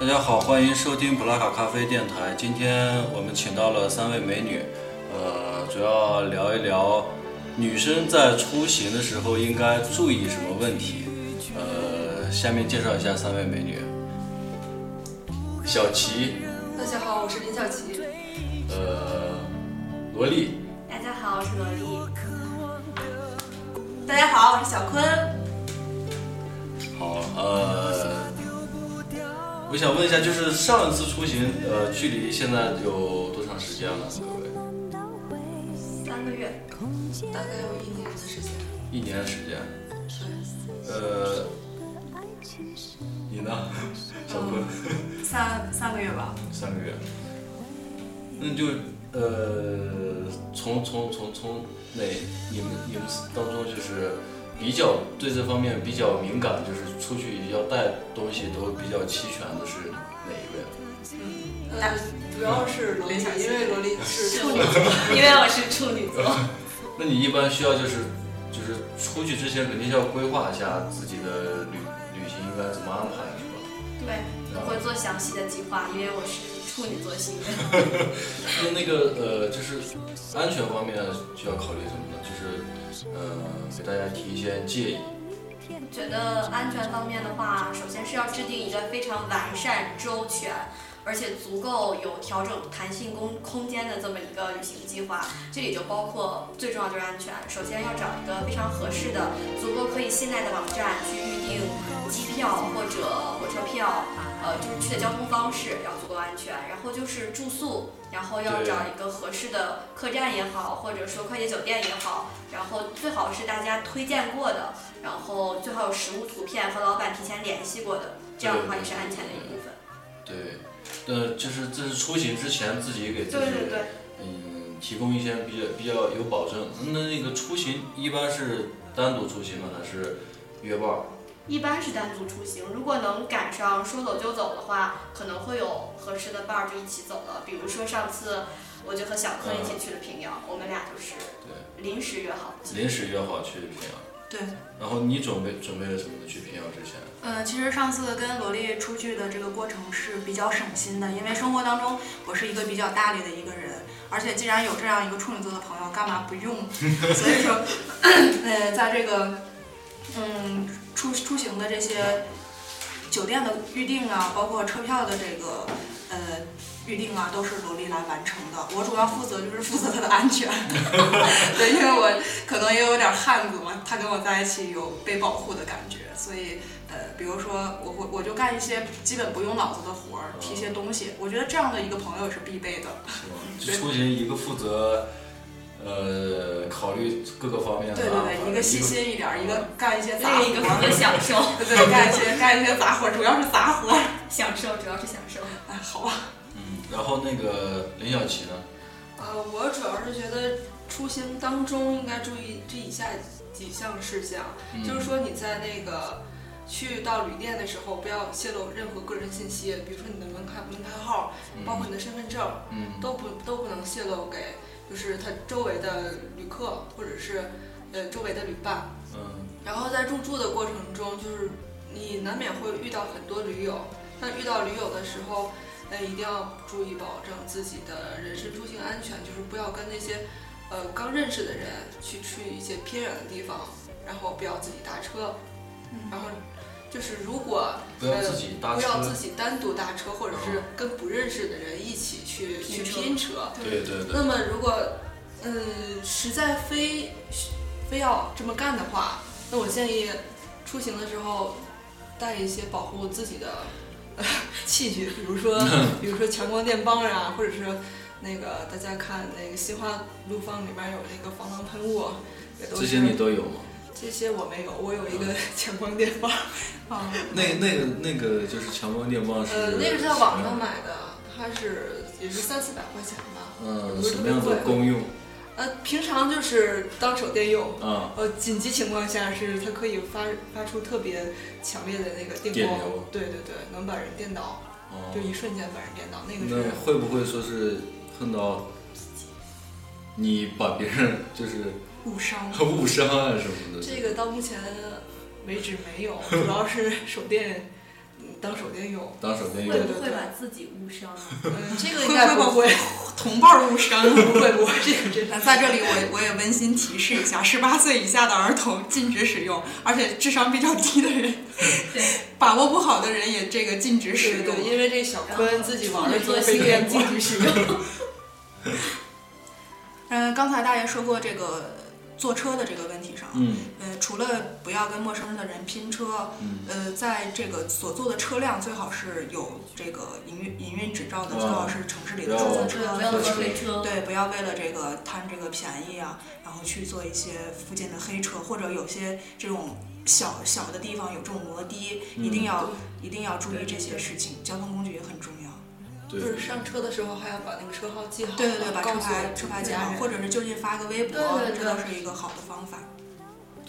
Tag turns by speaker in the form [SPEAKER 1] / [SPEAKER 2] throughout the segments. [SPEAKER 1] 大家好，欢迎收听普拉卡咖啡电台。今天我们请到了三位美女，呃，主要聊一聊女生在出行的时候应该注意什么问题。呃，下面介绍一下三位美女：小齐，
[SPEAKER 2] 大家好，我是林小琪。
[SPEAKER 1] 呃，萝莉，
[SPEAKER 3] 大家好，我是萝莉。
[SPEAKER 2] 大家好，我是小坤。
[SPEAKER 1] 好，呃，我想问一下，就是上一次出行，呃，距离现在有多长时间了？各位，
[SPEAKER 2] 三个月，大概有一年的时间。
[SPEAKER 1] 一年的时间。
[SPEAKER 2] 对，
[SPEAKER 1] 呃，你呢， 小坤？
[SPEAKER 2] 三三个月吧。
[SPEAKER 1] 三个月。那就呃，从从从从哪你们你们当中就是比较对这方面比较敏感，就是出去要带东西都比较齐全的是哪一位？
[SPEAKER 2] 呃，主要是萝莉，
[SPEAKER 3] 林小琪
[SPEAKER 2] 因为萝莉是
[SPEAKER 3] 处女座，因为我是处女座。
[SPEAKER 1] 那你一般需要就是就是出去之前肯定要规划一下自己的旅旅行应该怎么安排，是吧？
[SPEAKER 3] 对，
[SPEAKER 1] 然后
[SPEAKER 3] 会做详细的计划，因为我是处女座星人。
[SPEAKER 1] 那那个呃，就是安全方面需要考虑什么呢？就是呃，给大家提一些建议。
[SPEAKER 3] 觉得安全方面的话，首先是要制定一个非常完善、周全，而且足够有调整弹性空空间的这么一个旅行计划。这里就包括最重要就是安全，首先要找一个非常合适的、足够可以信赖的网站去预订机票或者火车票，呃，就是去的交通方式要足够安全。然后就是住宿，然后要
[SPEAKER 1] 对
[SPEAKER 3] 找一个合适的客栈也好，或者说快捷酒店也好，然后最好是大家推荐过的。然后最好有实物图片和老板提前联系过的，这样的话也是安全的一部分。
[SPEAKER 1] 对，呃，就是这是出行之前自己给自己
[SPEAKER 3] 对对对，
[SPEAKER 1] 嗯提供一些比较比较有保证。那那个出行一般是单独出行吗？还是约伴儿？
[SPEAKER 3] 一般是单独出行，如果能赶上说走就走的话，可能会有合适的伴儿就一起走了。比如说上次我就和小柯一起去了平遥，我们俩就是临时约好。
[SPEAKER 1] 临时约好去平遥。
[SPEAKER 4] 对，
[SPEAKER 1] 然后你准备准备了什么呢？去平遥之前？
[SPEAKER 4] 嗯，其实上次跟萝莉出去的这个过程是比较省心的，因为生活当中我是一个比较大咧的一个人，而且既然有这样一个处女座的朋友，干嘛不用？所以说，呃，在这个嗯出出行的这些酒店的预订啊，包括车票的这个呃预订啊，都是萝莉来完成的。我主要负责就是负责她的安全， 对，因为我可能也有点汉子嘛，她跟我在一起有被保护的感觉，所以。呃，比如说我我我就干一些基本不用脑子的活儿，提一些东西。我觉得这样的一个朋友是必备的。
[SPEAKER 1] 是吧？就
[SPEAKER 4] 对
[SPEAKER 1] 出行一个负责，呃，考虑各个方面啊的
[SPEAKER 4] 对
[SPEAKER 1] 安排，
[SPEAKER 4] 对对，一个细心一点儿，一个干一些杂活
[SPEAKER 3] 另一个
[SPEAKER 4] 儿，
[SPEAKER 3] 个享受，
[SPEAKER 4] 对对，干一些干一些杂活儿，主要是杂活儿。
[SPEAKER 3] 享受主要是享受。
[SPEAKER 4] 哎，好吧。
[SPEAKER 1] 嗯，然后那个林小琪呢？
[SPEAKER 2] 呃，我主要是觉得出行当中应该注意这以下几项事项，
[SPEAKER 1] 嗯
[SPEAKER 2] 就是说你在那个去到旅店的时候，不要泄露任何个人信息，比如说你的门牌门牌号，包括你的身份证，
[SPEAKER 1] 嗯，
[SPEAKER 2] 都不都不能泄露给就是他周围的旅客或者是呃周围的旅伴。
[SPEAKER 1] 嗯
[SPEAKER 2] 然后在入住的过程中，就是你难免会遇到很多驴友，但遇到驴友的时候，呃，一定要注意保证自己的人身出行安全，就是不要跟那些呃刚认识的人去去一些偏远的地方，然后不要自己搭车，
[SPEAKER 3] 嗯
[SPEAKER 2] 然后就是如果
[SPEAKER 1] 不要自己搭
[SPEAKER 2] 不
[SPEAKER 1] 车啊
[SPEAKER 2] 要，自己单独搭车，或者是跟不认识的人一起去去
[SPEAKER 3] 拼车
[SPEAKER 2] 拼车。
[SPEAKER 1] 对对对，
[SPEAKER 2] 那么如果嗯实在非非要这么干的话，那我建议出行的时候带一些保护自己的、 呃器具，比如说
[SPEAKER 1] 嗯
[SPEAKER 2] 比如说强光电棒啊，或者是那个大家看那个新华路放里面有那个防狼喷雾，也都
[SPEAKER 1] 这
[SPEAKER 2] 是
[SPEAKER 1] 些你嗯都有吗？
[SPEAKER 2] 这些我没有，我有一个 强光电 棒，啊
[SPEAKER 4] 嗯，
[SPEAKER 1] 那那个那个就是强光电棒是，
[SPEAKER 2] 呃，那个是在网上，买的，它是也是三四百块钱吧，
[SPEAKER 1] 嗯，什么样的功用
[SPEAKER 2] 呃，平常就是当手电用。
[SPEAKER 1] 啊？
[SPEAKER 2] 呃，紧急情况下是它可以发发出特别强烈的那个电
[SPEAKER 1] 电
[SPEAKER 2] 光，
[SPEAKER 1] 流
[SPEAKER 2] 对对对，能把人电倒，
[SPEAKER 1] 哦
[SPEAKER 2] 就一瞬间把人电倒，那个
[SPEAKER 1] 那
[SPEAKER 2] 是
[SPEAKER 1] 会不会说是碰到你把别人就是
[SPEAKER 4] 误伤
[SPEAKER 1] 误伤啊什么的？
[SPEAKER 2] 这个到目前为止没有，主要是手电嗯当手电 用。
[SPEAKER 5] 当手电用
[SPEAKER 3] 会。不会把自己误伤啊？
[SPEAKER 2] 嗯，这个
[SPEAKER 4] 会
[SPEAKER 2] 应该
[SPEAKER 4] 会
[SPEAKER 2] 不
[SPEAKER 4] 会
[SPEAKER 2] 会，
[SPEAKER 4] 同伴儿误伤。
[SPEAKER 2] 不会不会，这个 真的。
[SPEAKER 4] 在这里我我也温馨提示一下，十八岁以下的儿童禁止使用，而且智商比较低的 人，把握不好的人也这个禁止使
[SPEAKER 2] 对
[SPEAKER 4] 用
[SPEAKER 2] 对，。因为这小坤自己玩的时候
[SPEAKER 3] 做
[SPEAKER 2] 被
[SPEAKER 3] 心
[SPEAKER 2] 骗
[SPEAKER 3] 愿
[SPEAKER 2] 过
[SPEAKER 3] 禁。止使 用。
[SPEAKER 4] 嗯，刚才大爷说过这个坐车的这个问题上，
[SPEAKER 5] 嗯
[SPEAKER 4] 呃，除了不要跟陌生的人拼车，
[SPEAKER 5] 嗯
[SPEAKER 4] 呃，在这个所坐的车辆最好是有这个营运营运执照的，最好是城市里的
[SPEAKER 5] 哦
[SPEAKER 4] 出
[SPEAKER 5] 不
[SPEAKER 3] 啊
[SPEAKER 4] 租
[SPEAKER 5] 要
[SPEAKER 4] 车。啊
[SPEAKER 3] 不要坐黑车。
[SPEAKER 4] 对，不要为了这个贪这个便宜啊，然后去做一些附近的黑车，或者有些这种小小的地方有这种摩的，一
[SPEAKER 1] 嗯
[SPEAKER 4] 定要一定要注意这些事情，交通工具也很重要。
[SPEAKER 1] 嗯
[SPEAKER 5] 对
[SPEAKER 2] 就是上车的时候还要把那个车号记好，
[SPEAKER 4] 对对对，把
[SPEAKER 2] 告
[SPEAKER 4] 车
[SPEAKER 2] 诉
[SPEAKER 4] 牌车牌记好，
[SPEAKER 2] 家人
[SPEAKER 4] 或者是就近发个微博，
[SPEAKER 2] 对对
[SPEAKER 4] 这都
[SPEAKER 2] 对
[SPEAKER 4] 是一个好的方法。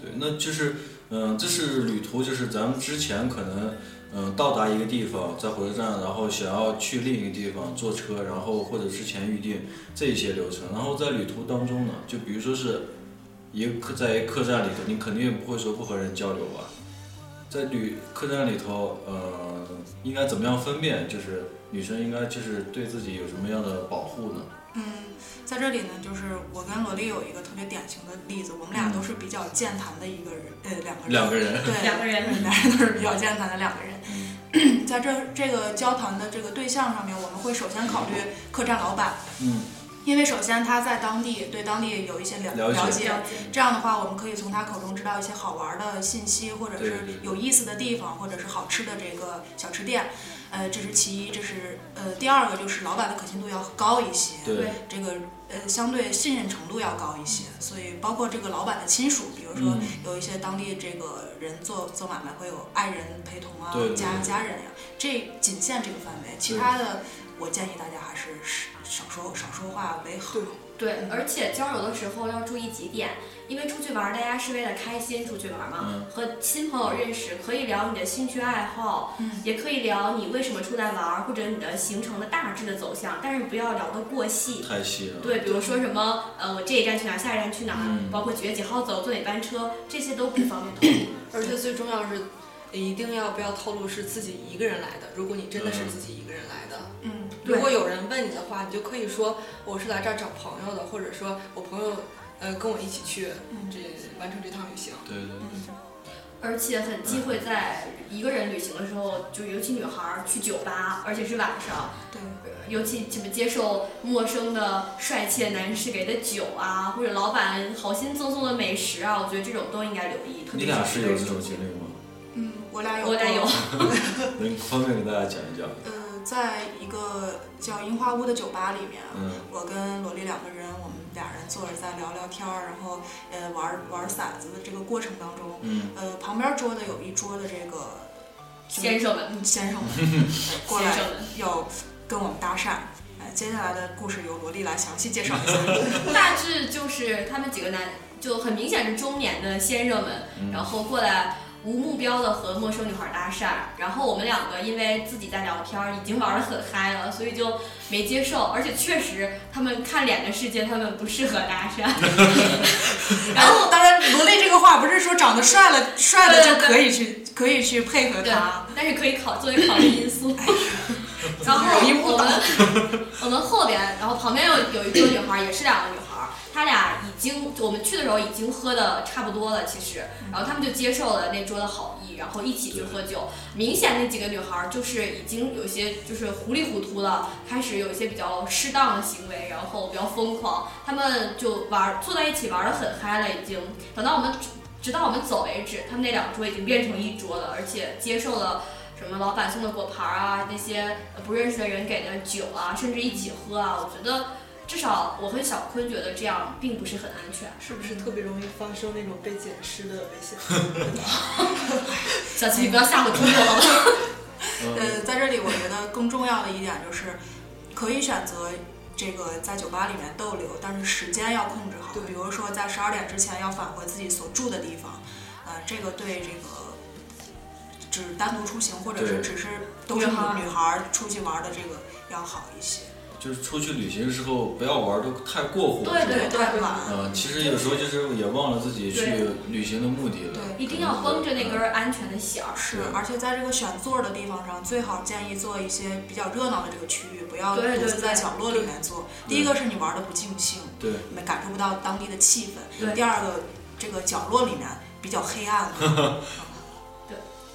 [SPEAKER 5] 对，那就是，嗯、这是旅途，就是咱们之前可能，嗯、到达一个地方，在火车站，然后想要去另一个地方坐车，然后或者之前预定这一些流程，然后在旅途当中呢，就比如说是一个客在一个客栈里头，你肯定不会说不和人交流吧，在旅客栈里头，呃，应该怎么样分辨，就是女生应该就是对自己有什么样的保护呢？
[SPEAKER 4] 嗯，在这里呢，就是我跟罗莉有一个特别典型的例子，我们俩
[SPEAKER 5] 嗯
[SPEAKER 4] 都是比较健谈的一个人，呃，两个人，
[SPEAKER 5] 两个人，
[SPEAKER 4] 对，
[SPEAKER 3] 两个人
[SPEAKER 4] 俩人都是比较健谈的两个人。
[SPEAKER 5] 嗯
[SPEAKER 4] 在这这个交谈的这个对象上面，我们会首先考虑客栈老板，
[SPEAKER 5] 嗯，
[SPEAKER 4] 因为首先他在当地对当地有一些了
[SPEAKER 5] 了解
[SPEAKER 4] 解
[SPEAKER 3] 了解
[SPEAKER 4] 这样的话我们可以从他口中知道一些好玩的信息，或者
[SPEAKER 5] 对
[SPEAKER 4] 是
[SPEAKER 5] 对对
[SPEAKER 4] 有意思的地方，或者是好吃的这个小吃店。呃，这是其一，这是呃第二个就是老板的可信度要高一些，
[SPEAKER 5] 对，
[SPEAKER 3] 对
[SPEAKER 4] 这个呃相对信任程度要高一些，所以包括这个老板的亲属，比如说
[SPEAKER 5] 嗯
[SPEAKER 4] 有一些当地这个人做做买卖会有爱人陪同啊，
[SPEAKER 5] 对对
[SPEAKER 4] 家
[SPEAKER 5] 对
[SPEAKER 4] 家人呀、这仅限这个范围，其
[SPEAKER 5] 对
[SPEAKER 4] 他的我建议大家还是少少说少说话为好
[SPEAKER 2] 对。
[SPEAKER 3] 对，而且交友的时候要注意几点，因为出去玩儿，大家是为了开心出去玩儿嘛，
[SPEAKER 5] 嗯
[SPEAKER 3] 和新朋友认识，可以聊你的兴趣爱好，也可以聊你为什么出来玩儿，或者你的行程的大致的走向，但是不要聊得过细。
[SPEAKER 5] 太细了，
[SPEAKER 3] 对，比如说什么，呃，我这一站去哪儿，下一站去哪儿，
[SPEAKER 5] 嗯
[SPEAKER 3] 包括几月几号走，坐哪班车，这些都不方便透露。
[SPEAKER 2] 而且最重要是，一定要不要透露是自己一个人来的。如果你真的是自己一个人来的，
[SPEAKER 4] 嗯，
[SPEAKER 3] 对
[SPEAKER 2] 如果有人问你的话，你就可以说我是来这儿找朋友的，或者说我朋友呃跟我一起去
[SPEAKER 4] 嗯
[SPEAKER 2] 这完成这趟旅行。
[SPEAKER 5] 对对对。
[SPEAKER 3] 而且很忌
[SPEAKER 4] 嗯
[SPEAKER 3] 讳在一个人旅行的时候，就尤其女孩儿去酒吧，而且是晚上，呃
[SPEAKER 4] 对，
[SPEAKER 3] 尤其什么接受陌生的帅气的男士给的酒啊，或者老板好心赠送的美食啊，我觉得这种都应该留意。特
[SPEAKER 5] 你
[SPEAKER 3] 别
[SPEAKER 5] 俩是有这种
[SPEAKER 3] 人
[SPEAKER 5] 经历吗？
[SPEAKER 4] 嗯，我俩有
[SPEAKER 3] 我俩
[SPEAKER 4] 过
[SPEAKER 3] 有，
[SPEAKER 5] 能方便给大家讲一讲？
[SPEAKER 4] 呃，在一个叫樱花屋的酒吧里面，
[SPEAKER 5] 嗯
[SPEAKER 4] 我跟萝莉两个人，我们俩人坐着在聊聊天儿，然后呃玩玩骰子的这个过程当中，
[SPEAKER 5] 嗯
[SPEAKER 4] 呃旁边桌的有一桌的这个
[SPEAKER 3] 先生们，
[SPEAKER 4] 嗯先生们 过
[SPEAKER 3] 先
[SPEAKER 4] 来
[SPEAKER 3] 生们，
[SPEAKER 4] 要跟我们搭讪。呃，接下来的故事由萝莉来详细介绍 一下。
[SPEAKER 3] 大致就是他们几个男，就很明显是中年的先生们，然后过来无目标的和陌生女孩搭讪，然后我们两个因为自己在聊天儿，已经玩得很嗨了，所以就没接受，而且确实他们看脸的世界，他们不适合搭讪，然后。
[SPEAKER 4] 当然，萝莉这个话不是说长得帅了帅了
[SPEAKER 3] 对
[SPEAKER 4] 就
[SPEAKER 3] 对
[SPEAKER 4] 可以去可以去配合
[SPEAKER 3] 对啊
[SPEAKER 4] 他。，
[SPEAKER 3] 但是可以考作为考虑因素。然后
[SPEAKER 4] 容易
[SPEAKER 3] 我
[SPEAKER 4] 误导
[SPEAKER 3] 们我们后边，然后旁边有有一桌女孩儿，也是两个女孩儿，她俩已经就我们去的时候已经喝的差不多了，其实，然后他们就接受了那桌的好意，然后一起去喝酒。明显那几个女孩儿就是已经有些就是糊里糊涂了，开始有一些比较失当的行为，然后比较疯狂，她们就玩儿坐在一起玩的很嗨了，已经。等到我们直到我们走为止，他们那两桌已经变成一桌了，而且接受了什么老板送的果盘儿啊，那些呃不认识的人给的酒啊，甚至一起喝啊。我觉得至少我和小坤觉得这样并不是很安全。
[SPEAKER 2] 是不是特别容易发生那种被捡尸的危险？
[SPEAKER 3] 小琪，你不要吓唬听众 好吗？
[SPEAKER 5] 嗯
[SPEAKER 4] 呃，在这里我觉得更重要的一点就是，可以选择这个在酒吧里面逗留，但是时间要控制好。
[SPEAKER 2] 对
[SPEAKER 4] 比如说在十二点之前要返回自己所住的地方，呃，这个对这个只单独出行或者是
[SPEAKER 5] 对
[SPEAKER 4] 只是都是
[SPEAKER 3] 女孩儿
[SPEAKER 4] 女孩儿出去玩儿的这个要好一些。
[SPEAKER 5] 就是出去旅行的时候不要玩的太过火，
[SPEAKER 3] 对
[SPEAKER 5] 是吧
[SPEAKER 3] 对对嘛，
[SPEAKER 5] 啊，其实有时候就是也忘了自己去
[SPEAKER 3] 对
[SPEAKER 5] 旅行的目的了。
[SPEAKER 3] 一定要绷着那根安全的弦儿。
[SPEAKER 4] 是，而且在这个选座的地方上，最好建议做一些比较热闹的这个区域，不要独
[SPEAKER 3] 对对
[SPEAKER 4] 自在
[SPEAKER 3] 对
[SPEAKER 4] 角落里面坐。第
[SPEAKER 5] 对
[SPEAKER 4] 一个是你玩的不尽兴，
[SPEAKER 5] 对，
[SPEAKER 4] 没感受不到当地的气氛；
[SPEAKER 3] 对
[SPEAKER 4] 第二个，这个角落里面比较 黑暗，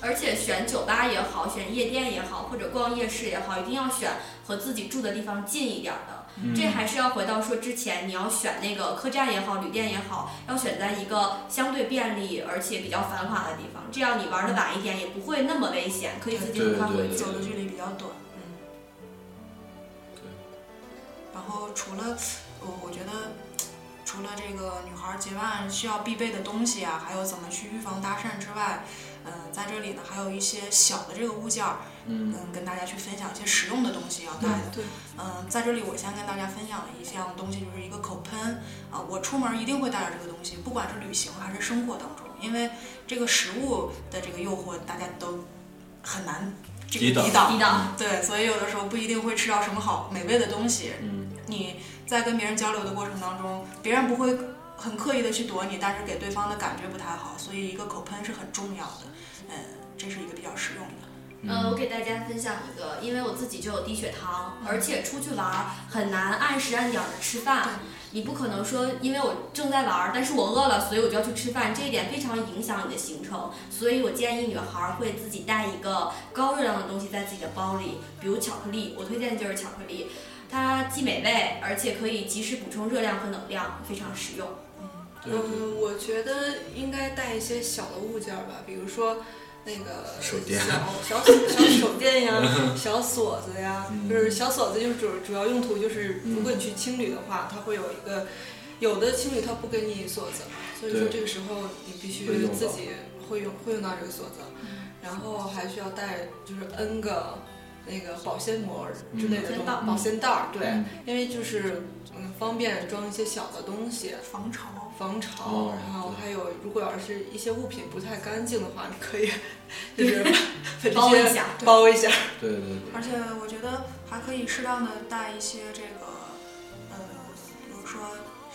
[SPEAKER 3] 而且选酒吧也好，选夜店也好，或者逛夜市也好，一定要选和自己住的地方近一点儿的。
[SPEAKER 5] 嗯
[SPEAKER 3] 这还是要回到说之前，你要选那个客栈也好，旅店也好，要选在一个相对便利而且比较繁华的地方，这样你玩的晚一点也不会那么危险，可以自己很快回
[SPEAKER 5] 对
[SPEAKER 3] 去。
[SPEAKER 4] 走的距离比较短。嗯。
[SPEAKER 5] 对。
[SPEAKER 4] 然后除了我，我觉得除了这个女孩儿结伴需要必备的东西啊，还有怎么去预防搭讪之外，嗯、在这里呢还有一些小的这个物件儿，
[SPEAKER 5] 嗯，
[SPEAKER 4] 嗯，跟大家去分享一些实用的东西要带的。
[SPEAKER 2] 对，
[SPEAKER 4] 嗯，在这里我先跟大家分享一项东西，就是一个口喷啊、我出门一定会带着这个东西，不管是旅行还是生活当中，因为这个食物的这个诱惑，大家都很难这个
[SPEAKER 5] 抵挡
[SPEAKER 4] 抵挡
[SPEAKER 3] 低。档，
[SPEAKER 4] 对，所以有的时候不一定会吃到什么好美味的东西。
[SPEAKER 5] 嗯，
[SPEAKER 4] 你在跟别人交流的过程当中，别人不会很刻意的去躲你，但是给对方的感觉不太好，所以一个口喷是很重要的。嗯，这是一个比较实用的。
[SPEAKER 3] 呃，我给大家分享一个，因为我自己就有低血糖，而且出去玩儿很难按时按点儿的吃饭
[SPEAKER 4] 对。
[SPEAKER 3] 你不可能说，因为我正在玩儿，但是我饿了，所以我就要去吃饭，这一点非常影响你的行程。所以我建议女孩儿会自己带一个高热量的东西在自己的包里，比如巧克力，我推荐就是巧克力，它既美味，而且可以及时补充热量和能量，非常实用。
[SPEAKER 5] 对对，
[SPEAKER 2] 嗯，我觉得应该带一些小的物件儿吧，比如说那个
[SPEAKER 5] 手电
[SPEAKER 2] 小小小手电呀，小锁子呀，
[SPEAKER 5] 嗯
[SPEAKER 2] 就是小锁子就是主主要用途就是，
[SPEAKER 5] 嗯
[SPEAKER 2] 如果你去青旅的话，它会有一个，有的青旅它不给你锁子，所以说
[SPEAKER 5] 对
[SPEAKER 2] 这个时候你必须
[SPEAKER 5] 会用到
[SPEAKER 2] 自己会用会用到这个锁子，
[SPEAKER 3] 嗯
[SPEAKER 2] 然后还需要带就是 N 个那个保鲜膜之类的东
[SPEAKER 3] 嗯保鲜袋
[SPEAKER 2] 保鲜袋儿，对
[SPEAKER 5] 嗯，
[SPEAKER 2] 因为就是嗯方便装一些小的东西。
[SPEAKER 4] 防潮，
[SPEAKER 2] 防潮，
[SPEAKER 5] 哦
[SPEAKER 2] 然后
[SPEAKER 5] 对
[SPEAKER 2] 还有，如果要是一些物品不太干净的话，你可以就是 把把这些
[SPEAKER 3] 包一下，
[SPEAKER 2] 包一下。
[SPEAKER 5] 嗯对对对，
[SPEAKER 4] 而且我觉得还可以适当的带一些这个，呃，比如说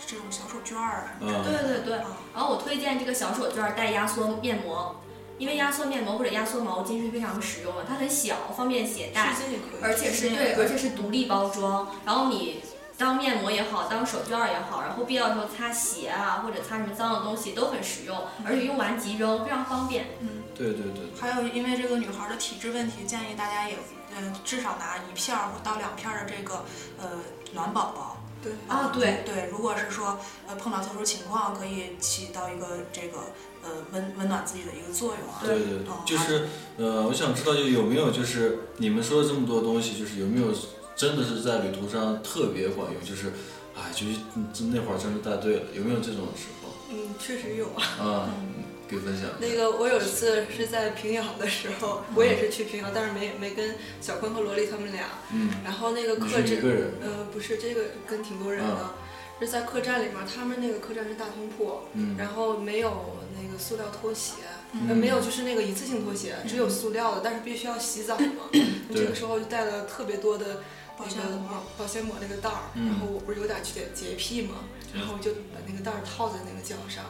[SPEAKER 4] 这种小手绢儿啊什么之类
[SPEAKER 5] 嗯，
[SPEAKER 3] 对对对
[SPEAKER 4] 的。，啊
[SPEAKER 3] 然后我推荐这个小手绢儿带压缩面膜，因为压缩面膜或者压缩毛巾是非常实用的，它很小，方便携带，
[SPEAKER 2] 巾也可
[SPEAKER 3] 而且是对，而且是独立包装。然后你当面膜也好，当手绢儿也好，然后必要的时候擦鞋啊，或者擦什么脏的东西都很实用，而且用完即扔，非常方便。
[SPEAKER 5] 对对对，
[SPEAKER 4] 还有，因为这个女孩的体质问题，建议大家也，呃，至少拿一片儿或到两片儿的这个，呃，暖宝宝。
[SPEAKER 2] 对
[SPEAKER 3] 啊对
[SPEAKER 4] 对，如果是说呃碰到特殊情况，可以起到一个这个呃温温暖自己的一个作用啊。
[SPEAKER 5] 对对，对就是呃，我想知道就有没有就是你们说了这么多东西，就是有没有真的是在旅途上特别管用？就是，哎，就是嗯那会儿真是带对了，有没有这种时候
[SPEAKER 2] 嗯，确实有啊。
[SPEAKER 5] 啊？给分享一
[SPEAKER 2] 那
[SPEAKER 5] 下。
[SPEAKER 2] 个我有一次是在平遥的时候，
[SPEAKER 5] 嗯
[SPEAKER 2] 我也是去平遥，但是没没跟小坤和萝莉他们俩。
[SPEAKER 5] 嗯，
[SPEAKER 2] 然后那个
[SPEAKER 5] 你
[SPEAKER 2] 客
[SPEAKER 5] 是一
[SPEAKER 2] 栈，
[SPEAKER 5] 个人，啊
[SPEAKER 2] 呃，不是这个跟挺多人的，是在客栈里面，他们那个客栈是大通铺，
[SPEAKER 5] 嗯，
[SPEAKER 2] 然后没有那个塑料拖鞋，
[SPEAKER 4] 嗯
[SPEAKER 2] 呃没有就是那个一次性拖鞋，只有塑料的，但是必须要洗 澡嘛。你这个时候就带了特别多的那
[SPEAKER 4] 保鲜
[SPEAKER 2] 个
[SPEAKER 4] 膜
[SPEAKER 2] 保鲜膜那个袋儿，
[SPEAKER 5] 嗯
[SPEAKER 2] 然后我不是有点洁洁癖嘛，
[SPEAKER 5] 嗯
[SPEAKER 2] 然后我就把那个袋儿套在那个脚上，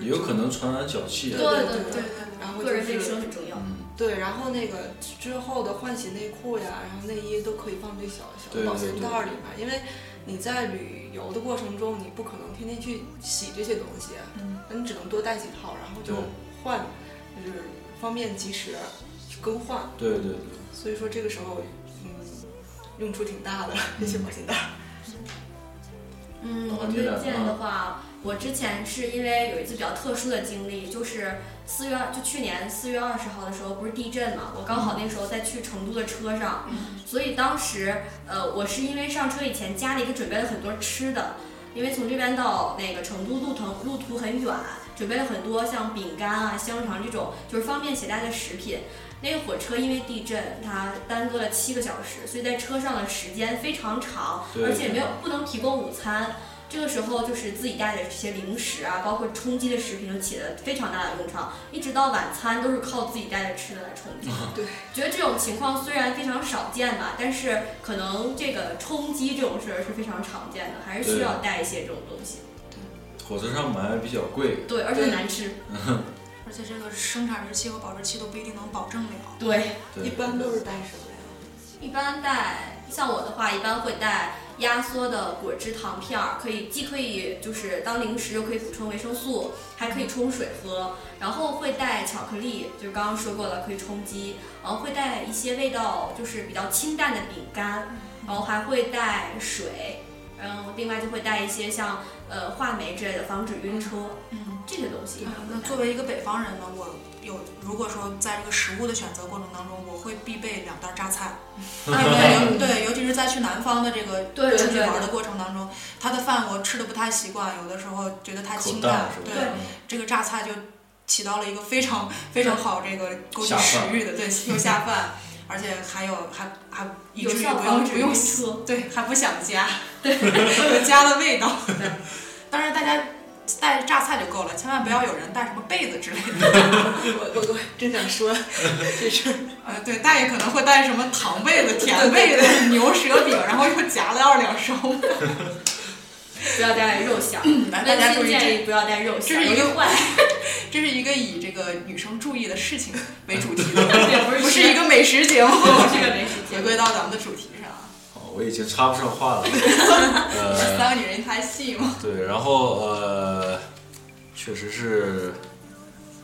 [SPEAKER 5] 也有可能传染脚气啊。
[SPEAKER 3] 对
[SPEAKER 2] 对
[SPEAKER 3] 对
[SPEAKER 4] 对对
[SPEAKER 2] 然后
[SPEAKER 3] 个
[SPEAKER 2] 就
[SPEAKER 3] 人卫
[SPEAKER 2] 是
[SPEAKER 3] 生很重要。
[SPEAKER 5] 嗯，
[SPEAKER 2] 对，然后那个之后的换洗内裤呀，然后内衣都可以放这小小
[SPEAKER 5] 对
[SPEAKER 2] 的
[SPEAKER 5] 对
[SPEAKER 2] 保鲜袋儿里面，因为你在旅游的过程中，你不可能天天去洗这些东西，
[SPEAKER 4] 嗯
[SPEAKER 2] 那你只能多带几套，然后就
[SPEAKER 5] 对
[SPEAKER 2] 换，就是方便及时去更换。
[SPEAKER 5] 对对对。
[SPEAKER 2] 所以说这个时候，嗯，用处挺大的这些保鲜袋。
[SPEAKER 3] 嗯，
[SPEAKER 5] 然后
[SPEAKER 3] 我
[SPEAKER 5] 你
[SPEAKER 3] 推
[SPEAKER 5] 俩
[SPEAKER 3] 荐的话，我之前是因为有一次比较特殊的经历，就是四月二，就去年四月二十号的时候，不是地震嘛，我刚好那时候在去成都的车上，所以当时呃，我是因为上车以前家里给准备了很多吃的，因为从这边到那个成都路程路途很远，准备了很多像饼干啊、香肠这种就是方便携带的食品。那个火车因为地震，它耽搁了七个小时，所以在车上的时间非常长，
[SPEAKER 5] 对
[SPEAKER 3] 而且没有不能提供午餐。这个时候就是自己带的这些零食啊，包括充饥的食品都起了非常大的用场，一直到晚餐都是靠自己带的吃的来充饥。
[SPEAKER 2] 对，
[SPEAKER 3] 觉得这种情况虽然非常少见吧，但是可能这个充饥这种事儿是非常常见的，还是需要带一些这种东西。
[SPEAKER 1] 火车上买比较贵，
[SPEAKER 3] 对，而且难吃。
[SPEAKER 4] 而且这个生产日期和保质期都不一定能保证了。
[SPEAKER 3] 对，
[SPEAKER 1] 对
[SPEAKER 2] 一 般都是带什么呀？
[SPEAKER 3] 一般带像我的话，一般会带压缩的果汁糖片儿，可以既可以就是当零食，又可以补充维生素，还
[SPEAKER 4] 嗯
[SPEAKER 3] 可以冲水喝。然后会带巧克力，就刚刚说过了，可以充饥。然后会带一些味道就是比较清淡的饼干，
[SPEAKER 4] 嗯
[SPEAKER 3] 然后还会带水。嗯，另外就会带一些像呃话梅之类的，防止晕车
[SPEAKER 4] 嗯，
[SPEAKER 3] 这些东西一般会带。
[SPEAKER 4] 那作为一个北方人呢，我有如果说在这个食物的选择过程当中，我会必备两袋榨菜。
[SPEAKER 3] 啊
[SPEAKER 4] 哎
[SPEAKER 1] 嗯
[SPEAKER 3] 对
[SPEAKER 4] 对对，尤其是在去南方的这个
[SPEAKER 3] 对
[SPEAKER 4] 出
[SPEAKER 3] 对
[SPEAKER 4] 去
[SPEAKER 3] 对
[SPEAKER 4] 玩的过程当中，它的饭我吃的不太习惯，有的时候觉得太
[SPEAKER 1] 口
[SPEAKER 4] 清淡
[SPEAKER 1] 淡是，吧？
[SPEAKER 4] 对，这个榨菜就起到了一个非常非常好这个勾起
[SPEAKER 1] 下
[SPEAKER 4] 食
[SPEAKER 1] 饭
[SPEAKER 4] 欲的，对，又下饭，而且还有还还以
[SPEAKER 3] 有
[SPEAKER 4] 至于
[SPEAKER 3] 效
[SPEAKER 4] 不用
[SPEAKER 3] 防
[SPEAKER 4] 不
[SPEAKER 3] 止
[SPEAKER 4] 用
[SPEAKER 3] 晕车。
[SPEAKER 4] 对，还不想加， 对，有加的味 道。
[SPEAKER 3] 对，
[SPEAKER 4] 当然大家带榨菜就够了，千万不要有人带什么被子之类的。
[SPEAKER 2] 我我我真想说这事儿，
[SPEAKER 4] 呃，对，但也可能会带什么糖被子、甜被子、牛舌饼，然后又夹了二两 烧麦。
[SPEAKER 3] 不要带肉馅儿。
[SPEAKER 4] 嗯来，大
[SPEAKER 3] 温
[SPEAKER 4] 家注
[SPEAKER 3] 馨
[SPEAKER 4] 意这
[SPEAKER 3] 建议不要带肉馅儿，
[SPEAKER 4] 这是一个
[SPEAKER 3] 容易坏。
[SPEAKER 4] 这是一个以这个女生注意的事情为主题 的，
[SPEAKER 3] 也
[SPEAKER 4] 不是一个美食 节目。
[SPEAKER 3] 这个没时
[SPEAKER 4] 回
[SPEAKER 3] 间。
[SPEAKER 4] 归到咱们的主题上啊，
[SPEAKER 1] 好，哦我已经插不上话了。呃，
[SPEAKER 4] 三个女人一台戏嘛。
[SPEAKER 1] 对，然后呃，确实是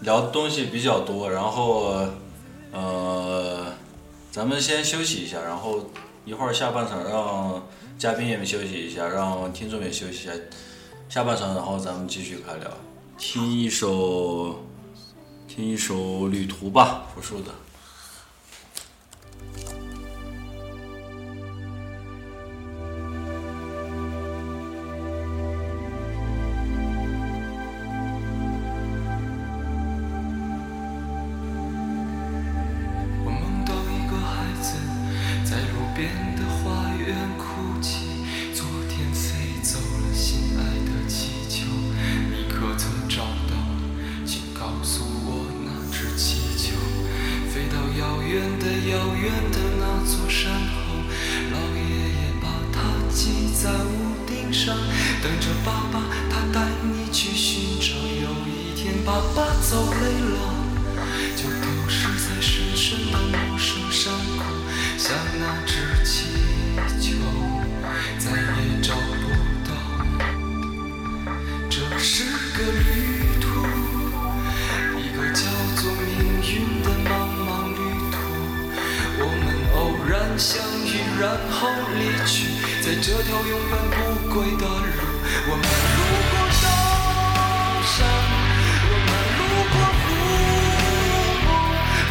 [SPEAKER 1] 聊东西比较多，然后呃，咱们先休息一下，然后一会儿下半场让嘉宾也们休息一下，让听众也休息一下，下半场然后咱们继续开聊，听一首，听一首《旅途》吧，朴树的。
[SPEAKER 6] 我梦到一个孩子在路边的花园哭泣，昨天飞走了心爱的气球，你可曾找到？请告诉我那只气球飞到遥远的遥远的那座山后，老爷爷把它系在屋顶上，等着爸爸他带你去寻找。有一天爸爸走累了。就丢失在深深的陌生山谷，像那只气球，再也找不到。这是个旅途，一个叫做命运的茫茫旅途。我们偶然相遇，然后离去，在这条永远不归的路，我们路过高山，我们路过湖泊，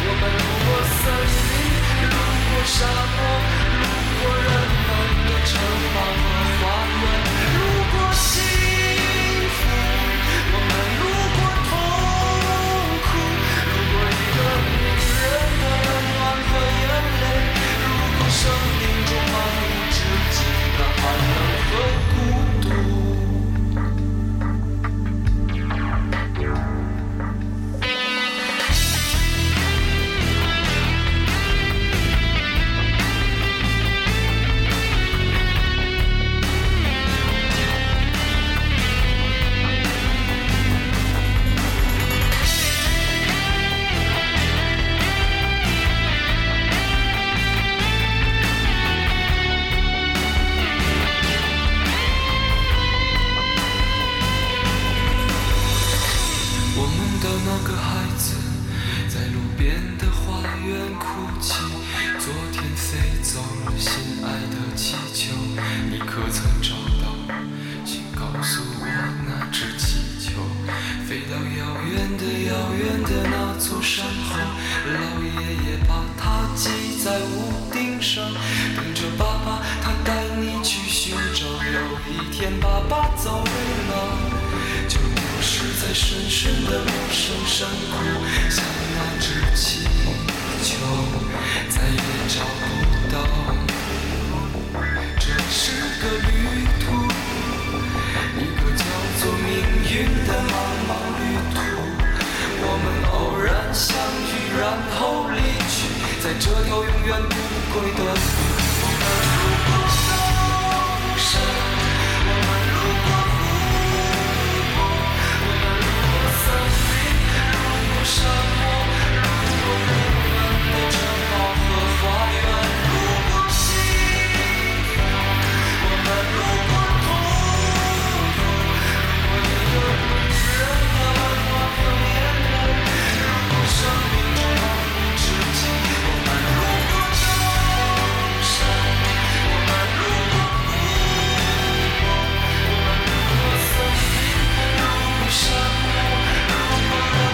[SPEAKER 6] 我们路过森林，路过沙漠。路过人们的城堡和花园，路过幸福，我们路过痛苦，路过一个女人的温暖和眼泪，路过生命中漫无止境的寒冷和孤独。我梦到那个孩子在路边的花园哭泣，昨天飞走了心爱的气球，你可曾找到？请告诉我那只气球飞到遥远的遥远的那座山后，老爷爷把它系在屋顶上，等着爸爸他带你去寻找。有一天爸爸走了。就丢失在深深的陌生山谷，像那只气球，再也找不到。这是个旅途，一归的路。我们路过风沙，我们路过湖泊，我们路过森林，路过沙漠，路过我们的城堡和花园，路过幸福，我们路过痛苦，路过一个人的漫画和恋人。路过生命中的无止境，我们路过高山，我们路过湖泊，我们路过森林，路过沙漠，路过我们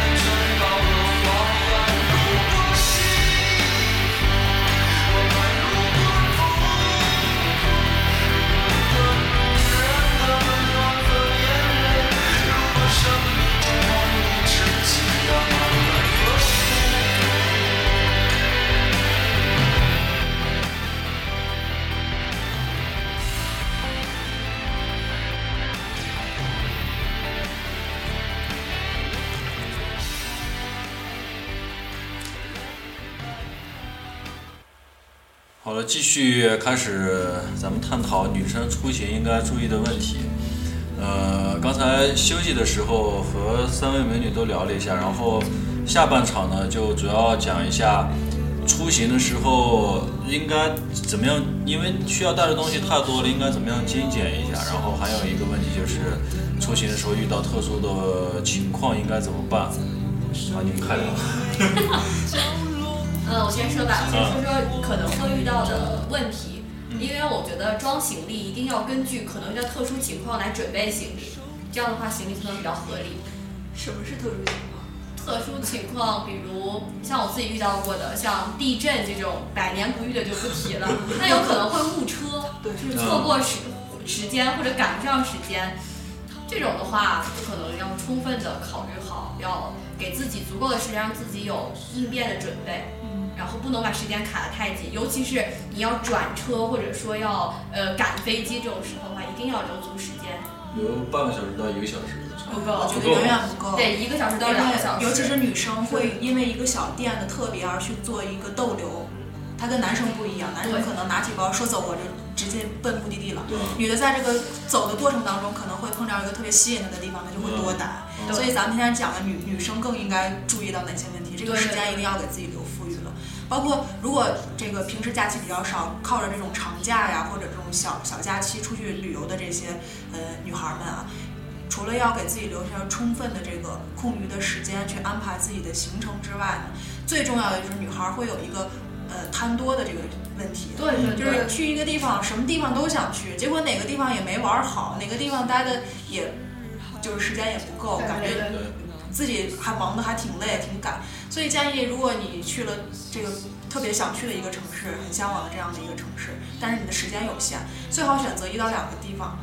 [SPEAKER 6] 的城堡和花园，路过幸福，我们路过痛苦，路过迷人的温暖和眼泪，路过生命中的无止境的漫漫河。
[SPEAKER 1] 好了，继续开始咱们探讨女生出行应该注意的问题。呃，刚才休息的时候和三位美女都聊了一下，然后下半场呢就主要讲一下出行的时候应该怎么样，因为需要带的东西太多了，应该怎么样精简一下。然后还有一个问题就是出行的时候遇到特殊的情况应该怎么办？啊，你们开聊。
[SPEAKER 3] 呃，我先说吧，先说说可能会遇到的问题，因为我觉得装行李一定要根据可能遇到特殊情况来准备行李，这样的话行李才能比较合理。
[SPEAKER 2] 什么是特殊情况？
[SPEAKER 3] 特殊情况，比如像我自己遇到过的，像地震这种百年不遇的就不提了，那有可能会误车，
[SPEAKER 2] 对
[SPEAKER 3] 就是错过时时间或者赶不上时间，这种的话就可能要充分的考虑好，要给自己足够的时间，让自己有应变的准备。然后不能把时间卡得太紧，尤其是你要转车或者说要呃赶飞机这种时候的话，一定要留足时间，
[SPEAKER 1] 有半个小时到一个小时的差
[SPEAKER 3] 不
[SPEAKER 4] 嗯我
[SPEAKER 3] 够
[SPEAKER 4] 觉得永远不够。
[SPEAKER 3] 嗯对一个小时到两个小时，
[SPEAKER 4] 尤其是女生会因为一个小店的特别而去做一个逗留，她跟男生不一样，男生
[SPEAKER 3] 对
[SPEAKER 4] 可能拿起包说走我就直接奔目的地了。
[SPEAKER 1] 对
[SPEAKER 4] 女的在这个走的过程当中，可能会碰到一个特别吸引她的地方，她就会多打。
[SPEAKER 3] 嗯
[SPEAKER 4] 所以咱们今天讲的女女生更应该注意到哪些问题？这个
[SPEAKER 3] 对
[SPEAKER 4] 时间一定要给自己留富裕了。包括如果这个平时假期比较少，靠着这种长假呀或者这种小小假期出去旅游的这些呃女孩们啊，除了要给自己留下充分的这个空余的时间去安排自己的行程之外呢，最重要的就是女孩会有一个呃贪多的这个问题。
[SPEAKER 3] 对对对，
[SPEAKER 4] 就是去一个地方，什么地方都想去，结果哪个地方也没玩好，哪个地方待的也，就是时间也不够，感觉
[SPEAKER 1] 对。
[SPEAKER 4] 自己还忙得还挺累，挺赶，所以建议如果你去了这个特别想去的一个城市，很向往的这样的一个城市，但是你的时间有限，最好选择一到两个地方，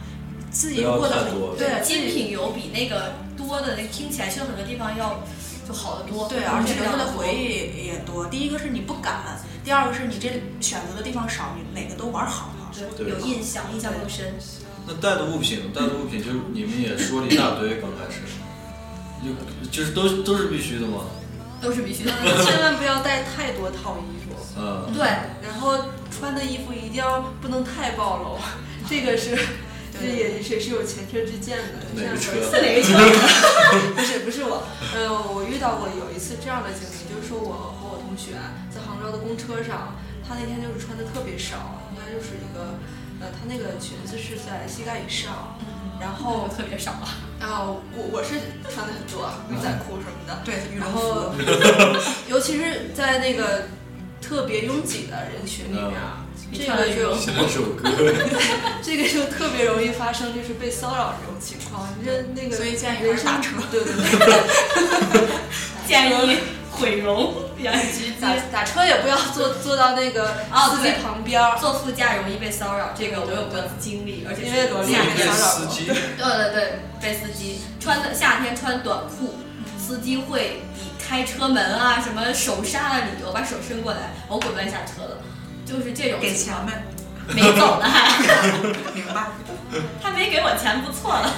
[SPEAKER 4] 自己
[SPEAKER 1] 不要
[SPEAKER 4] 过得
[SPEAKER 1] 太
[SPEAKER 4] 很
[SPEAKER 1] 多
[SPEAKER 4] 对自
[SPEAKER 3] 精
[SPEAKER 4] 己
[SPEAKER 3] 品游比那个多的，那听起来去了很多地方要就好得多。
[SPEAKER 4] 对，而且留
[SPEAKER 3] 这
[SPEAKER 4] 下
[SPEAKER 3] 样
[SPEAKER 4] 的回忆也多。第一个是你不敢，第二个是你这选择的地方少，你哪个都玩好了。
[SPEAKER 3] 对有印象，印象更深。
[SPEAKER 1] 那带的物品，带的物品就是你们也说了一大堆，刚开始，就就是都是都是必须的嘛。
[SPEAKER 3] 都是必须的。
[SPEAKER 2] 千万不要带太多套衣服，
[SPEAKER 1] 嗯，
[SPEAKER 3] 对，
[SPEAKER 2] 然后穿的衣服一定要不能太暴露，这个是。这
[SPEAKER 4] 对
[SPEAKER 2] 也是是有前车之鉴的，这
[SPEAKER 1] 哪
[SPEAKER 2] 样
[SPEAKER 1] 个
[SPEAKER 2] 的
[SPEAKER 1] 车
[SPEAKER 2] 是哪个车？不是不是我，呃，我遇到过有一次这样的经历，就是说我和我同学在杭州的公车上，他那天就是穿的特别少，应该就是一个，呃，他那个裙子是在膝盖以上，然后
[SPEAKER 3] 我特别少啊。
[SPEAKER 2] 啊，我我是穿的很多啊，牛仔裤什么的，
[SPEAKER 4] 对，羽
[SPEAKER 2] 然
[SPEAKER 4] 绒
[SPEAKER 2] 后
[SPEAKER 4] 服，
[SPEAKER 2] 尤其是在那个特别拥挤的人群里
[SPEAKER 4] 嗯
[SPEAKER 2] 面啊，这
[SPEAKER 3] 穿了
[SPEAKER 2] 个
[SPEAKER 3] 羽绒
[SPEAKER 2] 就
[SPEAKER 1] 写了首歌，
[SPEAKER 2] 这个就特别容易发生就是被骚扰这种情况。你这那个
[SPEAKER 4] 所以建议还
[SPEAKER 2] 人
[SPEAKER 4] 是
[SPEAKER 2] 生
[SPEAKER 4] 打车，
[SPEAKER 2] 对对对，
[SPEAKER 3] 建议毁容比较直
[SPEAKER 2] 打
[SPEAKER 3] 接，
[SPEAKER 2] 打车也不要坐坐到那 个
[SPEAKER 3] 哦
[SPEAKER 2] 司机
[SPEAKER 3] 对
[SPEAKER 2] 旁边儿，
[SPEAKER 3] 坐副驾容易被骚扰，这个我有过经历，而且
[SPEAKER 2] 因为萝莉
[SPEAKER 3] 夏
[SPEAKER 2] 也
[SPEAKER 3] 天
[SPEAKER 2] 被骚扰
[SPEAKER 1] 司
[SPEAKER 2] 过
[SPEAKER 1] 机
[SPEAKER 3] 对对对，被司机穿的夏天穿短裤，司机会以开车门啊什么手刹的理由把手伸过来，我滚乱下车了，就是这种
[SPEAKER 4] 给钱呗，
[SPEAKER 3] 没走呢还，
[SPEAKER 4] 明白？
[SPEAKER 3] 他没给我钱不错了。